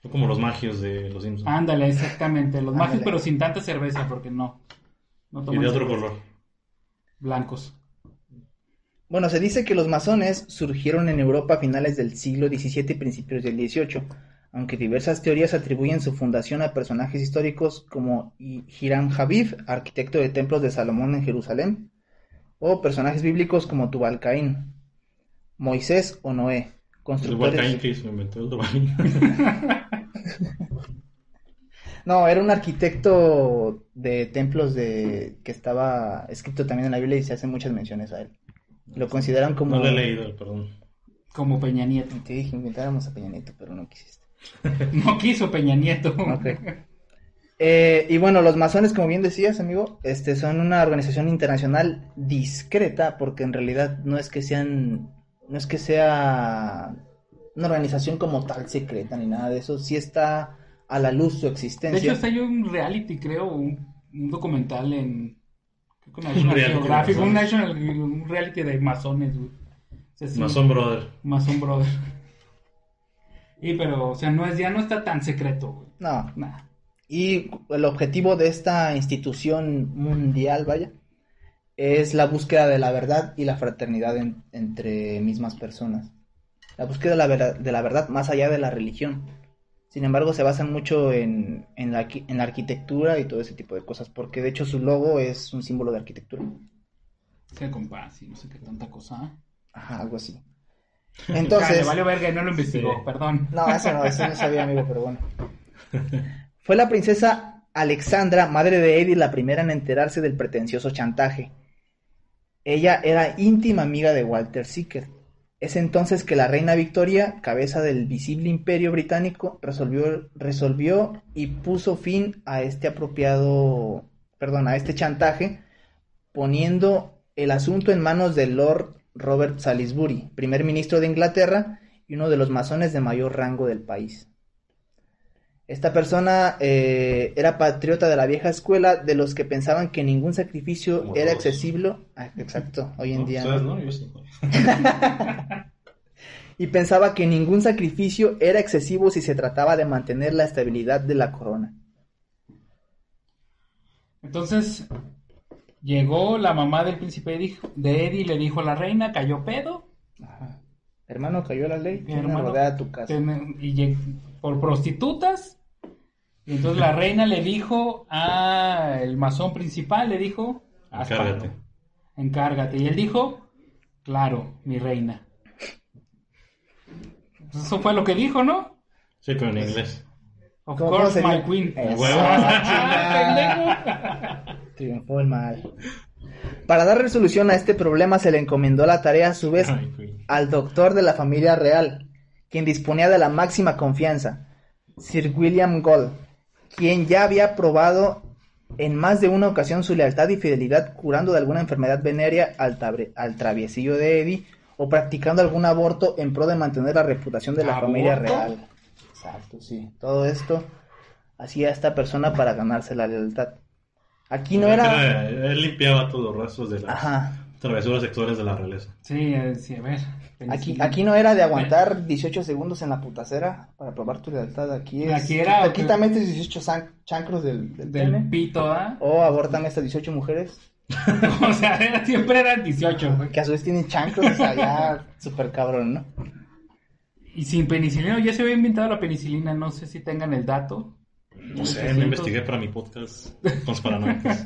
Speaker 3: Son como los magios de los Simpsons.
Speaker 2: Ándale, exactamente. Los magios,
Speaker 1: Ándale.
Speaker 2: pero sin tanta cerveza, porque no. No
Speaker 3: y
Speaker 2: toman
Speaker 3: de otro
Speaker 2: cerveza.
Speaker 3: color.
Speaker 2: blancos.
Speaker 1: Bueno, se dice que los masones surgieron en Europa a finales del siglo XVII y principios del XVIII, aunque diversas teorías atribuyen su fundación a personajes históricos como I- Hiram Habib, arquitecto de templos de Salomón en Jerusalén, o personajes bíblicos como Tubalcaín, Moisés o Noé,
Speaker 3: El Huacaín
Speaker 1: constructores.
Speaker 3: que se inventó el Dubalín.
Speaker 1: No, era un arquitecto de templos de que estaba escrito también en la Biblia y se hacen muchas menciones a él. Lo consideran como...
Speaker 3: No lo he leído, perdón.
Speaker 2: Como Peña Nieto.
Speaker 1: Te dije, inventáramos a Peña Nieto, pero no quisiste.
Speaker 2: No quiso Peña Nieto.
Speaker 1: Ok. Eh, y bueno, los masones, como bien decías, amigo, este, son una organización internacional discreta, porque en realidad no es que sean, no es que sea una organización como tal secreta ni nada de eso, sí está a la luz su
Speaker 2: De hecho,
Speaker 1: existencia.
Speaker 2: hasta hay un reality, creo, un, un documental en. creo que en
Speaker 3: Un
Speaker 2: National Geographic, un,
Speaker 3: reality de masones.
Speaker 2: national- un reality de masones, güey. O sea, sí,
Speaker 3: Mason Brother.
Speaker 2: Mason Brother. Y pero, o sea, no es, ya no está tan secreto, güey.
Speaker 1: No,
Speaker 2: Nah.
Speaker 1: Y el objetivo de esta institución mundial, vaya, es la búsqueda de la verdad y la fraternidad en- entre mismas personas. La búsqueda de la, verdad, de la verdad más allá de la religión. Sin embargo, se basan mucho en, en la, arqui- en la arquitectura y todo ese tipo de cosas, porque de hecho su logo es un símbolo de arquitectura.
Speaker 2: Que compás y no sé qué tanta cosa.
Speaker 1: Ajá, algo así.
Speaker 2: Entonces.
Speaker 1: Entonces...
Speaker 2: vale verga y no lo investigó,
Speaker 3: Sí.
Speaker 2: perdón.
Speaker 1: No, eso no, eso no sabía, amigo, pero bueno. Fue la princesa Alexandra, madre de Edith, la primera en enterarse del pretencioso chantaje. Ella era íntima amiga de Walter Sickert. Es entonces que la reina Victoria, cabeza del visible imperio británico, resolvió, resolvió y puso fin a este apropiado, perdón, a este chantaje, poniendo el asunto en manos del Lord Robert Salisbury, primer ministro de Inglaterra y uno de los masones de mayor rango del país. Esta persona eh, era patriota de la vieja escuela de los que pensaban que ningún sacrificio
Speaker 3: Como
Speaker 1: era
Speaker 3: todos.
Speaker 1: accesible. ah, exacto, hoy en
Speaker 3: ¿No?
Speaker 1: día.
Speaker 3: ¿Ustedes
Speaker 1: ¿no?
Speaker 3: no? Yo sí.
Speaker 1: y pensaba que ningún sacrificio era excesivo si se trataba de mantener la estabilidad de la corona.
Speaker 2: Entonces, llegó la mamá del príncipe Eddie, de Eddie, le dijo a la reina, cayó pedo.
Speaker 1: Hermano, cayó la ley, tiene
Speaker 2: hermano,
Speaker 1: rodea tu casa.
Speaker 2: Ten- y lleg- por prostitutas. Y entonces la reina le dijo a el masón principal, le dijo, "Haz
Speaker 3: Encárgate.
Speaker 2: pacto, encárgate. Y él dijo, claro, mi reina. Entonces, Eso fue lo que dijo, ¿no?
Speaker 3: Sí, pero en inglés.
Speaker 2: Of
Speaker 1: ¿Cómo-
Speaker 2: course,
Speaker 1: cómo
Speaker 2: my
Speaker 1: sería? Eh.
Speaker 2: queen. Ah,
Speaker 1: Eso,
Speaker 3: Huevo.
Speaker 1: chingada. Triunfó el mal. Para dar resolución a este problema se le encomendó la tarea a su vez
Speaker 3: Ay, güey.
Speaker 1: al doctor de la familia real, quien disponía de la máxima confianza, Sir William Gold, quien ya había probado en más de una ocasión su lealtad y fidelidad curando de alguna enfermedad venérea al, tabre- al traviesillo de Eddie o practicando algún aborto en pro de mantener la reputación de la
Speaker 2: ¿Aborto?
Speaker 1: familia real. Exacto, sí. Todo esto hacía esta persona para ganarse la lealtad. Aquí no era...
Speaker 3: Era- Él limpiaba todos los rastros de las
Speaker 1: Ajá.
Speaker 3: travesuras sexuales de la realeza.
Speaker 2: Sí, eh, sí, a ver.
Speaker 1: Aquí,
Speaker 2: pensé-
Speaker 1: aquí no era de aguantar 18 segundos en la putacera para probar tu lealtad. Aquí es.
Speaker 2: Aquí era-
Speaker 1: Aquí también te 18 san- chancros del, del
Speaker 2: Del
Speaker 1: pene.
Speaker 2: pito, ¿ah?
Speaker 1: O abórtame estas 18 mujeres.
Speaker 2: O sea, era- siempre eran 18, güey.
Speaker 1: Que a su vez tienen chancros, o sea, ya súper cabrón, ¿no?
Speaker 2: Y sin penicilina, ya se había inventado la penicilina, no sé si tengan el dato.
Speaker 3: No sé, no investigué para mi podcast con los paranoicos.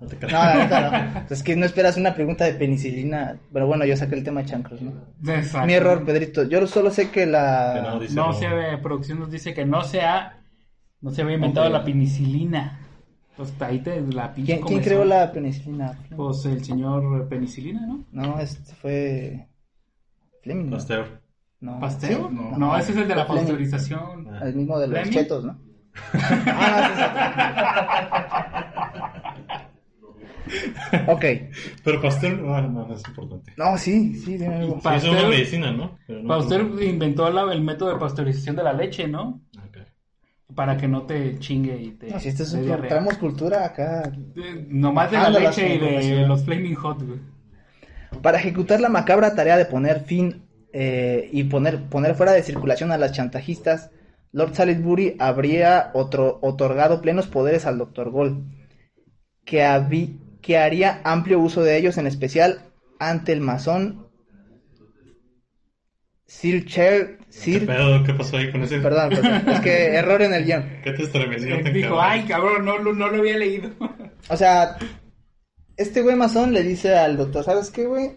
Speaker 3: No te
Speaker 1: No,
Speaker 3: creas.
Speaker 1: la neta no. Es que no esperas una pregunta de penicilina. Pero bueno, yo saqué el tema de chancros, ¿no?
Speaker 2: Exacto.
Speaker 1: Mi error, Pedrito. Yo solo sé que
Speaker 3: Que no,
Speaker 1: la.
Speaker 3: dice
Speaker 2: No
Speaker 3: no.
Speaker 2: se ve, producción nos dice que no se ha, no se había inventado la penicilina. Entonces ahí te la pinche
Speaker 1: ¿Quién, quién
Speaker 2: comezón.
Speaker 1: creó la penicilina?
Speaker 2: Pues el señor penicilina, ¿no?
Speaker 1: No, este fue. Fleming. ¿no?
Speaker 3: Pasteur.
Speaker 1: No,
Speaker 2: ¿Pasteur?
Speaker 1: sí,
Speaker 2: No, ese es el de la
Speaker 1: Fleming.
Speaker 2: pasteurización.
Speaker 3: Ah.
Speaker 1: El mismo de los
Speaker 2: ¿Fleming?
Speaker 1: chetos, ¿no? Ah, sí, sí. ok.
Speaker 3: Pero Pasteur, ah, no, no, no es importante.
Speaker 1: No, sí, sí, dime algo.
Speaker 2: Pa-
Speaker 3: Sí, eso es
Speaker 2: Pasteur-
Speaker 3: una medicina, ¿no? Pero no Ah,
Speaker 2: Pasteur inventó la- el método de pasteurización de la leche, ¿no?
Speaker 3: Ok.
Speaker 2: Para que no te chingue y te.
Speaker 1: No, si este es
Speaker 2: te
Speaker 1: un
Speaker 2: dé diarrea.
Speaker 1: traemos cultura acá.
Speaker 2: Eh, Nomás de la
Speaker 1: Ah, de las
Speaker 2: leche y de
Speaker 1: informaciones.
Speaker 2: los Flaming Hot, güey.
Speaker 1: Para ejecutar la macabra tarea de poner fin eh, y poner, poner fuera de circulación a las chantajistas, Lord Salisbury habría otro, otorgado plenos poderes al Dr. Gold, que, habi- que haría amplio uso de ellos, en especial ante el masón Sir Cher.
Speaker 3: ¿Qué
Speaker 1: Sir,
Speaker 3: pedo? ¿Qué pasó ahí con ese?
Speaker 1: perdón, perdón, es que error en el guión.
Speaker 3: ¿Qué te estremeció? tan
Speaker 2: Eh, Dijo,
Speaker 3: cabrón?
Speaker 2: ay, cabrón, no, lo- no lo había leído.
Speaker 1: O sea, este güey masón le dice al doctor, ¿sabes qué, güey?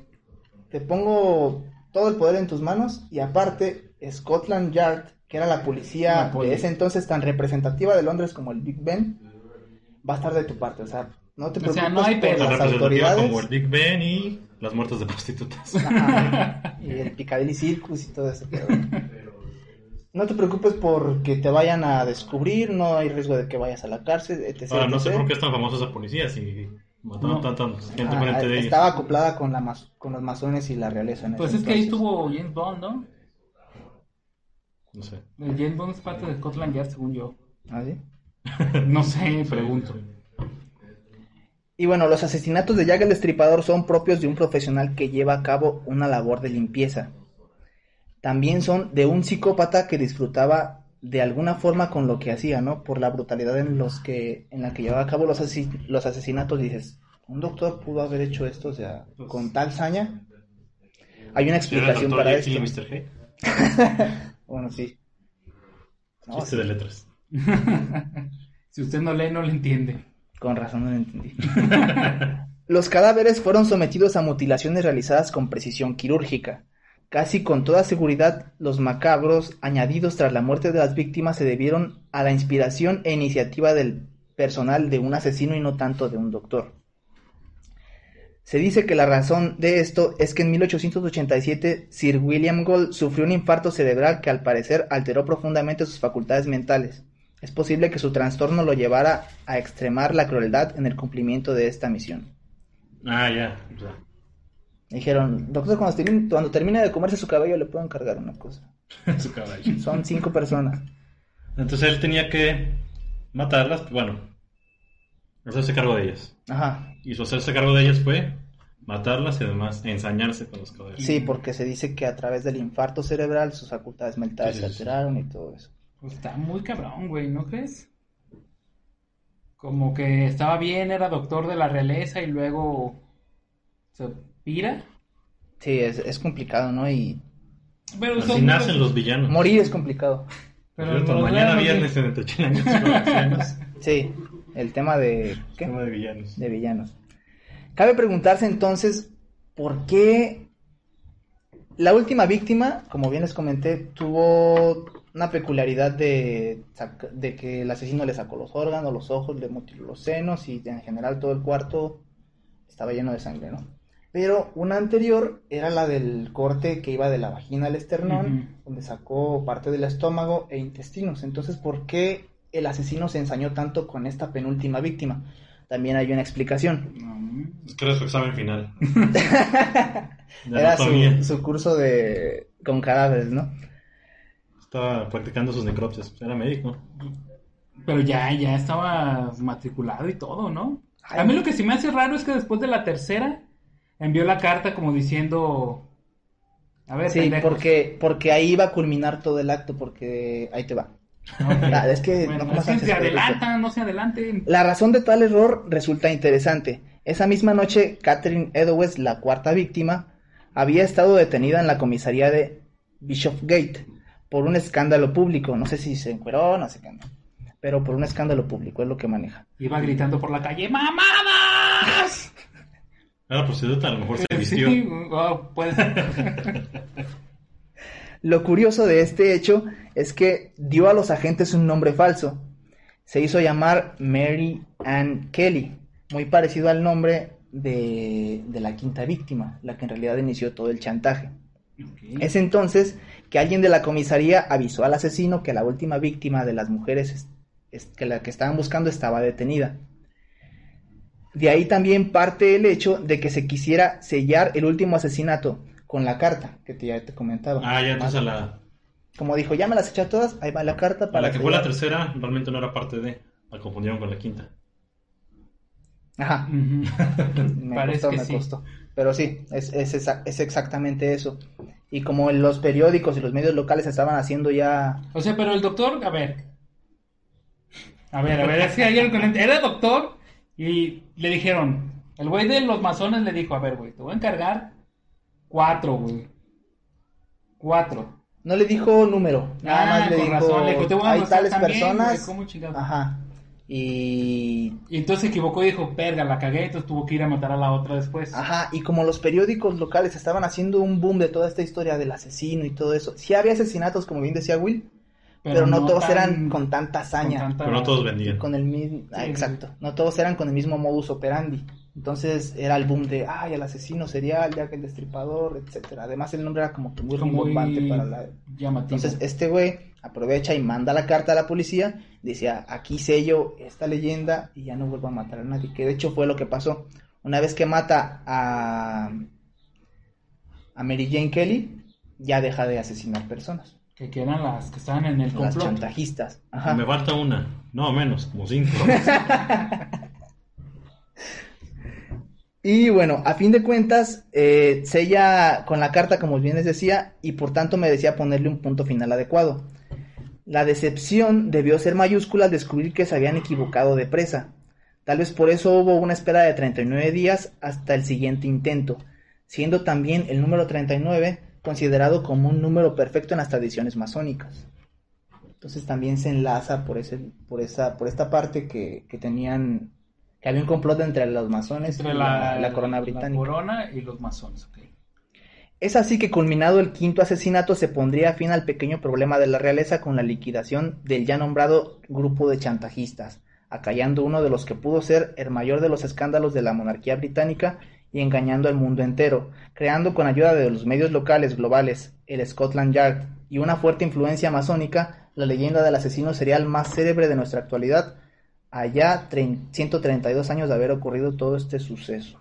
Speaker 1: Te pongo todo el poder en tus manos y aparte Scotland Yard, que era la
Speaker 2: La
Speaker 1: policía
Speaker 2: poli.
Speaker 1: de ese entonces tan representativa de Londres como el Big Ben, va a estar de tu parte. O sea, No te
Speaker 2: O
Speaker 1: preocupes
Speaker 2: sea, no hay
Speaker 1: por
Speaker 2: pedo.
Speaker 3: La
Speaker 1: las
Speaker 3: representativa
Speaker 1: autoridades
Speaker 3: como el Big Ben y las muertes de prostitutas.
Speaker 1: Ajá, y el Piccadilly Circus y todo ese pedo. No te preocupes porque te vayan a descubrir, no hay riesgo de que vayas a la cárcel, etc.
Speaker 3: Ahora, no sé
Speaker 1: etc..
Speaker 3: por qué es tan famosa esa policía si mataron
Speaker 2: No.
Speaker 3: tanta gente
Speaker 1: Ah,
Speaker 3: frente de ella.
Speaker 1: estaba acoplada con, la mas- con los masones y la realeza. en
Speaker 2: Pues
Speaker 1: ese
Speaker 2: es que ahí
Speaker 1: entonces.
Speaker 2: estuvo James Bond, ¿no?
Speaker 3: No sé.
Speaker 2: El James Bond es parte de Scotland Yard, según yo.
Speaker 1: ¿Ah, sí?
Speaker 2: No sé, pregunto.
Speaker 1: Y bueno, los asesinatos de Jack el Destripador son propios de un profesional que lleva a cabo una labor de limpieza. También son de un psicópata que disfrutaba de alguna forma con lo que hacía, ¿no? Por la brutalidad en los que en la que llevaba a cabo los, asi- los asesinatos, dices, un doctor pudo haber hecho esto, o sea, con tal saña. Hay una
Speaker 3: Pues ¿Era el
Speaker 1: explicación
Speaker 3: doctor
Speaker 1: para
Speaker 3: Jekyll y
Speaker 1: esto.
Speaker 3: Mr. Hyde?
Speaker 1: Bueno, sí. No,
Speaker 3: Chiste de letras.
Speaker 2: Si usted no lee, no lo entiende.
Speaker 1: Con razón no lo entendí. Los cadáveres fueron sometidos a mutilaciones realizadas con precisión quirúrgica. Casi con toda seguridad, los macabros añadidos tras la muerte de las víctimas se debieron a la inspiración e iniciativa del personal de un asesino y no tanto de un doctor. Se dice que la razón de esto es que en 1887 Sir William Gold sufrió un infarto cerebral que al parecer alteró profundamente sus facultades mentales. Es posible que su trastorno lo llevara a extremar la crueldad en el cumplimiento de esta misión.
Speaker 3: Ah, ya. o sea,
Speaker 1: Dijeron, doctor, cuando termine, cuando termine de comerse su cabello le puedo encargar una cosa.
Speaker 3: su caballo.
Speaker 1: Son cinco personas.
Speaker 3: Entonces él tenía que matarlas, bueno, hacerse cargo de ellas.
Speaker 1: Ajá.
Speaker 3: Y su hacerse cargo de ellas fue matarlas y además ensañarse con los caballos.
Speaker 1: Sí, porque se dice que a través del infarto cerebral sus facultades mentales
Speaker 3: Sí,
Speaker 1: se
Speaker 3: sí, sí.
Speaker 1: alteraron y todo eso.
Speaker 2: Pues está muy cabrón, güey, ¿no crees? Como que estaba bien, era doctor de la realeza y luego se pira.
Speaker 1: Sí, es, es complicado, ¿no? Y
Speaker 2: Pero
Speaker 3: Así nacen los villanos.
Speaker 1: morir es complicado.
Speaker 2: Pero
Speaker 3: Cierto,
Speaker 2: los
Speaker 3: mañana
Speaker 2: buenos,
Speaker 3: viernes en el Tochilangos, con los villanos.
Speaker 1: Sí, el tema de... ¿qué?
Speaker 3: Tema de villanos.
Speaker 1: de villanos. Cabe preguntarse entonces por qué la última víctima, como bien les comenté, tuvo una peculiaridad de, sac- de que el asesino le sacó los órganos, los ojos, le mutiló los senos y en general todo el cuarto estaba lleno de sangre, ¿no? Pero una anterior era la del corte que iba de la vagina al esternón,
Speaker 2: Ujú.
Speaker 1: donde sacó parte del estómago e intestinos. Entonces, ¿por qué el asesino se ensañó tanto con esta penúltima víctima? También hay una explicación.
Speaker 2: No,
Speaker 3: Es que era su examen final. De
Speaker 1: Era su,
Speaker 3: anatomía.
Speaker 1: su curso de con cadáveres, ¿no?
Speaker 3: Estaba practicando sus necropsias. Era médico.
Speaker 2: Pero ya, ya estaba matriculado y todo, ¿no?
Speaker 1: Ay.
Speaker 2: A mí lo que sí me hace raro es que después de la tercera envió la carta como diciendo, a ver,
Speaker 1: Sí,
Speaker 2: pendejos.
Speaker 1: porque, porque ahí va a culminar todo el acto, porque ahí te va.
Speaker 2: Ok.
Speaker 1: Ah, es que
Speaker 2: Bueno,
Speaker 1: no
Speaker 2: es
Speaker 1: comas
Speaker 2: que
Speaker 1: antes,
Speaker 2: se
Speaker 1: te digo.
Speaker 2: adelantan, no se adelanten.
Speaker 1: La razón de tal error resulta interesante. Esa misma noche, Catherine Edwards, la cuarta víctima, había estado detenida en la comisaría de Bishopgate por un escándalo público. No sé si se encueró, no sé qué, no. pero por un escándalo público es lo que maneja.
Speaker 2: Iba gritando por la calle, ¡mamadas!
Speaker 3: Era prostituta, a lo mejor se vistió.
Speaker 2: Sí, wow, puede ser.
Speaker 1: Lo curioso de este hecho es que dio a los agentes un nombre falso. Se hizo llamar Mary Ann Kelly, muy parecido al nombre de, de la quinta víctima, la que en realidad inició todo el chantaje. Es entonces que alguien de la comisaría avisó al asesino que la última víctima de las mujeres es- es- que la que estaban buscando estaba detenida. De ahí también parte el hecho de que se quisiera sellar el último asesinato con la carta que te- ya te comentaba.
Speaker 3: Ah, ya entonces a la,
Speaker 1: Como dijo, ya me las eché a todas, ahí va la carta
Speaker 3: a
Speaker 1: para
Speaker 3: la que fue la tercera realmente no era parte de. La confundieron con la quinta.
Speaker 1: Ajá,
Speaker 2: Ujú.
Speaker 1: me
Speaker 2: Parece
Speaker 1: costó,
Speaker 2: que
Speaker 1: me
Speaker 2: sí.
Speaker 1: costó. Pero sí, es, es exa- es exactamente eso. Y como los periódicos y los medios locales estaban haciendo ya...
Speaker 2: O sea, pero el doctor, a ver. A ver, a ver, es que hay algo que no ent- Era doctor y le dijeron, el güey de los masones le dijo, a ver, güey, te voy a encargar cuatro, güey. Cuatro.
Speaker 1: No le dijo número, nada
Speaker 2: Ah,
Speaker 1: más le
Speaker 2: con
Speaker 1: dijo,
Speaker 2: razón, le dijo, te voy a
Speaker 1: hay
Speaker 2: mostrar
Speaker 1: tales
Speaker 2: también, güey,
Speaker 1: personas.
Speaker 2: ¿cómo chingados?
Speaker 1: Ajá. Y...
Speaker 2: Y entonces se equivocó y dijo, perga, la cagué, entonces tuvo que ir a matar a la otra después.
Speaker 1: Ajá, y como los periódicos locales estaban haciendo un boom de toda esta historia del asesino y todo eso, sí había asesinatos, como bien decía Will, pero, Pero, no, todos eran con tanta hazaña.
Speaker 2: con tanta-
Speaker 3: Pero no todos vendían.
Speaker 1: con el mismo ah,
Speaker 2: Sí.
Speaker 1: exacto no todos eran con el mismo modus operandi entonces era el boom de ay el asesino serial Jack el destripador etcétera además el nombre era como que muy
Speaker 2: Fue muy
Speaker 1: rimbombante para la
Speaker 2: llamativo.
Speaker 1: entonces este güey aprovecha y manda la carta a la policía decía aquí sello esta leyenda y ya no vuelvo a matar a nadie que de hecho fue lo que pasó una vez que mata a a Mary Jane Kelly ya deja de asesinar personas
Speaker 2: que, que eran las que estaban en el
Speaker 1: eh, las
Speaker 2: complot.
Speaker 1: chantajistas Ajá.
Speaker 3: Me falta una. No, menos, como cinco.
Speaker 1: Y bueno, a fin de cuentas, eh, sella con la carta, como bien les decía, y por tanto me decía ponerle un punto final adecuado. La decepción debió ser mayúscula al descubrir que se habían equivocado de presa. Tal vez por eso hubo una espera de 39 días hasta el siguiente intento, siendo también el número 39 considerado como un número perfecto en las tradiciones masónicas. Entonces también se enlaza por, ese, por, esa, por esta parte que, que tenían, que había un complot entre los masones
Speaker 2: Entre
Speaker 1: y
Speaker 2: la,
Speaker 1: la corona
Speaker 2: la
Speaker 1: británica.
Speaker 2: corona y los masones. ok.
Speaker 1: Es así que culminado el quinto asesinato se pondría fin al pequeño problema de la realeza con la liquidación del ya nombrado grupo de chantajistas, acallando uno de los que pudo ser el mayor de los escándalos de la monarquía británica y engañando al mundo entero, creando con ayuda de los medios locales globales, el Scotland Yard y una fuerte influencia masónica, la leyenda del asesino serial más célebre de nuestra actualidad, allá trein- 132 años de haber ocurrido todo este suceso.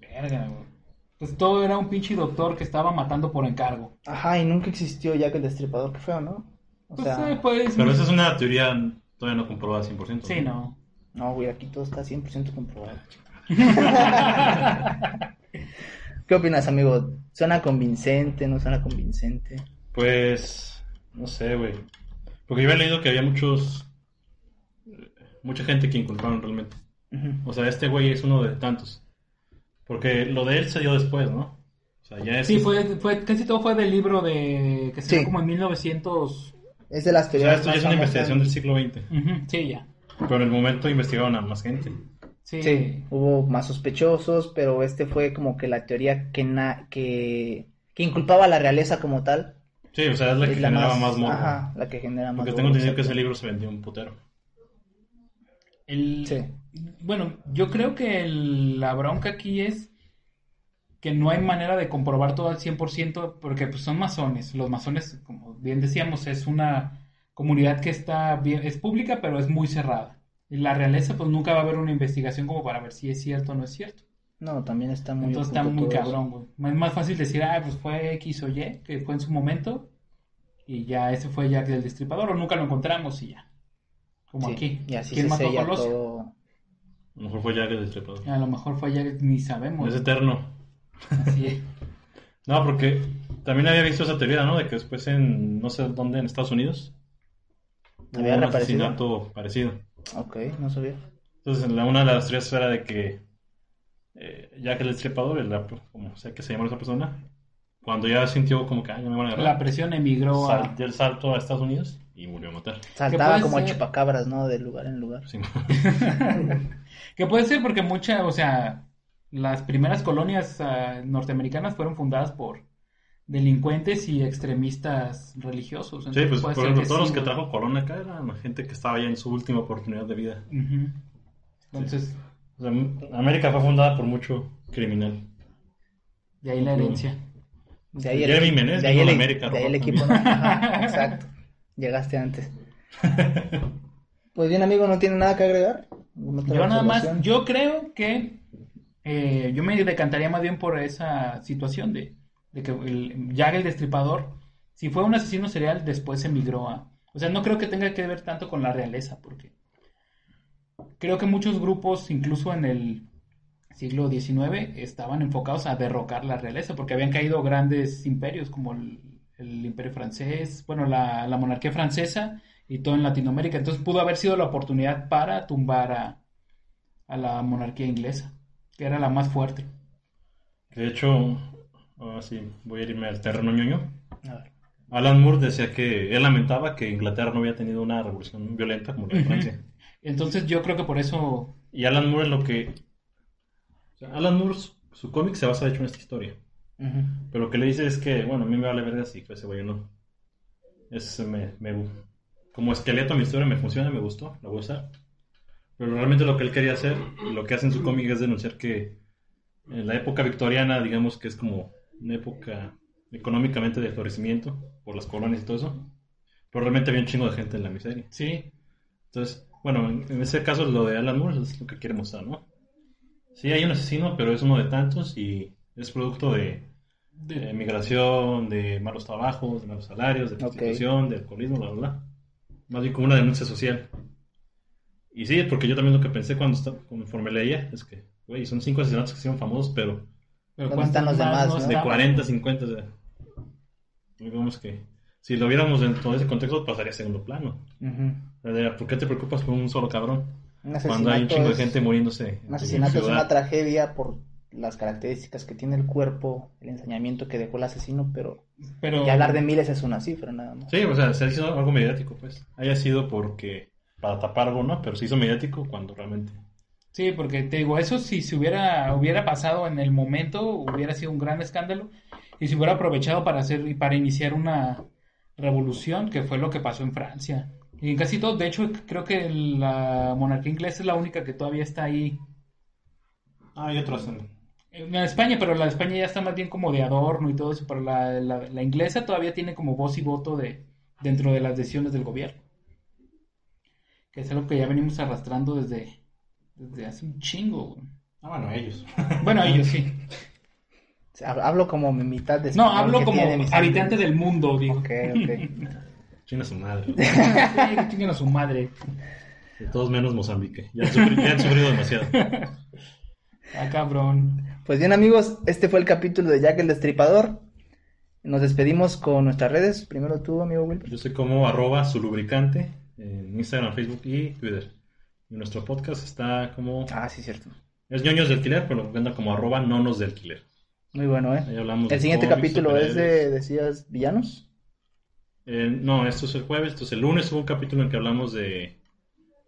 Speaker 2: Verga, güey. Pues todo era un pinche doctor que estaba matando por encargo.
Speaker 1: Ajá, y nunca existió Jack el Destripador, qué feo, ¿no? O
Speaker 2: Pues,
Speaker 1: sea,
Speaker 2: eh, pues,
Speaker 3: Pero esa es una teoría todavía no comprobada 100%.
Speaker 2: Sí, no.
Speaker 1: no, güey, aquí todo está 100% comprobado. ¿Qué opinas, amigo? ¿Suena convincente? ¿No suena convincente?
Speaker 3: Pues, no sé, güey. Porque yo había leído que había muchos... eh, Mucha gente que inculparon realmente.
Speaker 1: Ujú.
Speaker 3: O sea, este güey es uno de tantos. Porque lo de él se dio después, ¿no? O sea, ya es...
Speaker 2: Sí, fue, fue, casi todo fue del libro de que
Speaker 1: Sí.
Speaker 2: se dio como en 1900.
Speaker 1: Es de las
Speaker 3: o sea,
Speaker 1: teorías más
Speaker 3: esto ya es una
Speaker 1: famosas.
Speaker 3: investigación del siglo XX.
Speaker 2: Ujú, sí, ya.
Speaker 3: Pero en el momento investigaron a más gente.
Speaker 2: Sí.
Speaker 1: Sí, hubo más sospechosos, pero este fue como que la teoría que, na- que... que inculpaba a la realeza como tal.
Speaker 3: Sí, o sea, es la que
Speaker 1: es
Speaker 3: generaba más, morbo.
Speaker 1: Ajá, la que genera más
Speaker 3: Porque
Speaker 1: morbo,
Speaker 3: tengo entendido que
Speaker 1: exacto.
Speaker 3: ese libro se vendió un putero.
Speaker 2: El-
Speaker 1: Sí.
Speaker 2: Bueno, yo creo que el- la bronca aquí es que no hay manera de comprobar todo al 100% porque pues, son masones. Los masones, como bien decíamos, es una comunidad que está bien, es pública, pero es muy cerrada. Y la realeza, pues nunca va a haber una investigación como para ver si es cierto o no es cierto.
Speaker 1: No, también está muy
Speaker 2: Entonces está
Speaker 1: oculto
Speaker 2: muy
Speaker 1: todo eso.
Speaker 2: cabrón, güey. Es más fácil decir, ah, pues fue X o Y, que fue en su momento, y ya ese fue Jack del Destripador, o nunca lo encontramos y ya. Como
Speaker 1: Sí,
Speaker 2: aquí.
Speaker 1: Y así
Speaker 2: ¿Quién
Speaker 1: se
Speaker 2: mató a
Speaker 1: sella
Speaker 2: Colosio?
Speaker 1: todo.
Speaker 3: A lo mejor fue Jack el Destripador.
Speaker 2: A lo mejor fue ayer, ni sabemos.
Speaker 3: Es eterno.
Speaker 2: Así es.
Speaker 3: No, porque también había visto esa teoría, ¿no? De que después en, no sé dónde, en Estados Unidos,
Speaker 1: Había
Speaker 3: un
Speaker 1: reaparecido.
Speaker 3: asesinato parecido.
Speaker 1: Ok, no sabía.
Speaker 3: Entonces, en la- una de las teorías era de que eh, Jack el Destripador, el, como sea que se llamó esa persona, cuando ya sintió como que, "Ay, ya me van a
Speaker 2: La
Speaker 3: agarrar,
Speaker 2: presión emigró
Speaker 3: sal-
Speaker 2: a...
Speaker 3: dio el salto a Estados Unidos y murió a matar.
Speaker 1: Saltaba
Speaker 2: puede
Speaker 1: como el
Speaker 2: ser-
Speaker 1: chupacabras, ¿no? De lugar en lugar.
Speaker 3: Sí.
Speaker 2: Que puede ser porque muchas, o sea, las primeras colonias ah, norteamericanas fueron fundadas por delincuentes y extremistas religiosos.
Speaker 3: Sí,
Speaker 2: Entonces,
Speaker 3: pues
Speaker 2: puede ser
Speaker 3: por ejemplo,
Speaker 2: que
Speaker 3: todos los
Speaker 2: sí,
Speaker 3: que
Speaker 2: ¿no?
Speaker 3: trajo Colón acá eran la gente que estaba ya en su última oportunidad de vida.
Speaker 2: Ujú. Entonces,
Speaker 3: O sea, M- América fue fundada por mucho criminal.
Speaker 2: de ahí la herencia.
Speaker 1: De ahí
Speaker 3: Jeremy
Speaker 1: equipo-
Speaker 3: Menez
Speaker 1: de ahí
Speaker 3: vino
Speaker 1: el,
Speaker 3: de América,
Speaker 1: de ahí el
Speaker 3: Roberto,
Speaker 1: equipo. no- Ajá, exacto. Llegaste antes. Pues bien, amigo, ¿no tiene nada que agregar? ¿Alguna otra
Speaker 2: Yo nada más,
Speaker 1: observación?
Speaker 2: yo creo que eh, yo me decantaría más bien por esa situación de, de que el, Jack el Destripador, si fue un asesino serial, después se migró a... O sea, no creo que tenga que ver tanto con la realeza, porque creo que muchos grupos, incluso en el siglo XIX, estaban enfocados a derrocar la realeza, porque habían caído grandes imperios como el, el imperio francés, bueno, la, la monarquía francesa y todo en Latinoamérica. Entonces pudo haber sido la oportunidad para tumbar a, a la monarquía inglesa, que era la más fuerte.
Speaker 3: De hecho, ahora sí, voy a irme al terreno ñoño.
Speaker 1: A ver.
Speaker 3: Alan Moore decía que él lamentaba que Inglaterra no había tenido una revolución violenta como la de
Speaker 2: Ujú.
Speaker 3: Francia.
Speaker 2: Entonces yo creo que por eso...
Speaker 3: Y Alan Moore es lo que... o sea, Alan Moore, su, su cómic se basa de hecho en esta historia.
Speaker 1: Ujú.
Speaker 3: Pero lo que le dice es que, bueno, a mí me vale verga si fue ese güey o no. Es, me, me- como esqueleto a mi historia me funciona, me gustó, lo voy a usar. Pero realmente lo que él quería hacer, lo que hace en su cómic es denunciar que en la época victoriana, digamos que es como una época económicamente de florecimiento por las colonias y todo eso, pero realmente había un chingo de gente en la miseria.
Speaker 2: Sí,
Speaker 3: Entonces, bueno, en, en ese caso lo de Alan Moore es lo que quiere mostrar, ¿no? Sí, hay un asesino, pero es uno de tantos y es producto de, de migración, de malos trabajos, de malos salarios, de prostitución, de alcoholismo, bla, bla, bla. Más bien como una denuncia social. Y sí, porque yo también lo que pensé cuando esta- conforme leía es que, güey, son cinco asesinatos que se hicieron famosos, pero
Speaker 2: pero
Speaker 1: ¿Dónde
Speaker 2: ¿cuántos
Speaker 1: están los
Speaker 2: más
Speaker 1: demás, no?
Speaker 3: de
Speaker 2: estaban?
Speaker 3: 40, 50, o sea, digamos que si lo viéramos en todo ese contexto pasaría a segundo plano.
Speaker 1: Ujú.
Speaker 3: O sea, ¿Por qué te preocupas por un solo cabrón?
Speaker 1: Un
Speaker 3: Cuando hay un
Speaker 1: asesinato
Speaker 3: chingo de
Speaker 1: es-
Speaker 3: gente muriéndose. en
Speaker 1: Un
Speaker 3: tu
Speaker 1: asesinato es
Speaker 3: ciudad.
Speaker 1: una tragedia por las características que tiene el cuerpo, el ensañamiento que dejó el asesino, pero
Speaker 2: Pero,
Speaker 1: ya hablar de miles es una cifra nada más.
Speaker 3: Sí, o sea, se hizo algo mediático, pues. Haya sido porque. Para tapar algo, ¿no? Pero se hizo mediático cuando realmente.
Speaker 2: Sí, porque te digo, eso si se hubiera, hubiera pasado en el momento, hubiera sido un gran escándalo y se hubiera aprovechado para hacer y para iniciar una revolución, que fue lo que pasó en Francia. Y en casi todo, de hecho, creo que la monarquía inglesa es la única que todavía está ahí.
Speaker 3: Ah, y otros.
Speaker 2: En Eh, la de España, pero la de España ya está más bien como de adorno y todo eso, pero la, la, la inglesa todavía tiene como voz y voto de, dentro de las decisiones del gobierno. Que es algo que ya venimos arrastrando desde, desde hace un chingo, güey.
Speaker 3: Ah, bueno, ellos.
Speaker 2: Bueno, ellos sí.
Speaker 1: Hablo como mi mitad de...
Speaker 2: No,
Speaker 1: español
Speaker 2: hablo
Speaker 1: que
Speaker 2: como
Speaker 1: tiene mi sangre.
Speaker 2: habitante del mundo, digo.
Speaker 1: Ok, ok.
Speaker 3: China su madre.
Speaker 2: Sí, que chinguen a su madre.
Speaker 3: De todos menos Mozambique. Ya han sufrido, ya han sufrido demasiado.
Speaker 2: Ah, cabrón.
Speaker 1: Pues bien amigos, este fue el capítulo de Jack el Destripador. Nos despedimos con nuestras redes. Primero tú, amigo Wilber.
Speaker 3: Yo soy como arroba su lubricante en Instagram, Facebook y Twitter. Y nuestro podcast está como.
Speaker 1: Ah, sí, cierto.
Speaker 3: Es ñoños de alquiler, pero lo anda como arroba nonos de alquiler.
Speaker 1: Muy bueno, ¿eh?
Speaker 3: Ahí hablamos de
Speaker 1: El siguiente
Speaker 3: cómics,
Speaker 1: capítulo es
Speaker 3: superhéroes.
Speaker 1: de, decías, villanos.
Speaker 3: Eh, no, esto es el jueves, entonces el lunes hubo un capítulo en que hablamos de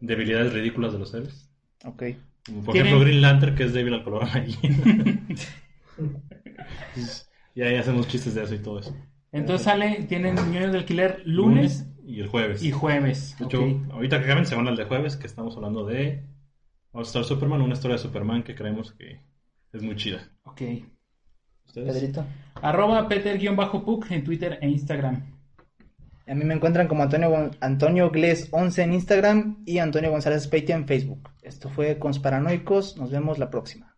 Speaker 3: debilidades ridículas de los seres.
Speaker 1: Ok.
Speaker 3: Como por
Speaker 2: ¿Tienen-
Speaker 3: ejemplo Green Lantern, que es débil al color amarillo. Entonces, y ahí hacemos chistes de eso y todo eso.
Speaker 2: Entonces sale, tienen niños de alquiler lunes
Speaker 3: Lunes y el jueves.
Speaker 2: y jueves.
Speaker 3: de hecho,
Speaker 2: ok.
Speaker 3: ahorita que acaben, se van al de jueves, que estamos hablando de All Star Superman, una historia de Superman que creemos que es muy chida.
Speaker 2: Ok.
Speaker 3: ¿Ustedes?
Speaker 1: Pedrito.
Speaker 2: Arroba Peter-Puck en Twitter e Instagram.
Speaker 1: A mí me encuentran como Antonio, Gon- Antonio Gles 11 en Instagram y Antonio González Peitia en Facebook. Esto fue Consparanoicos. Nos vemos la próxima.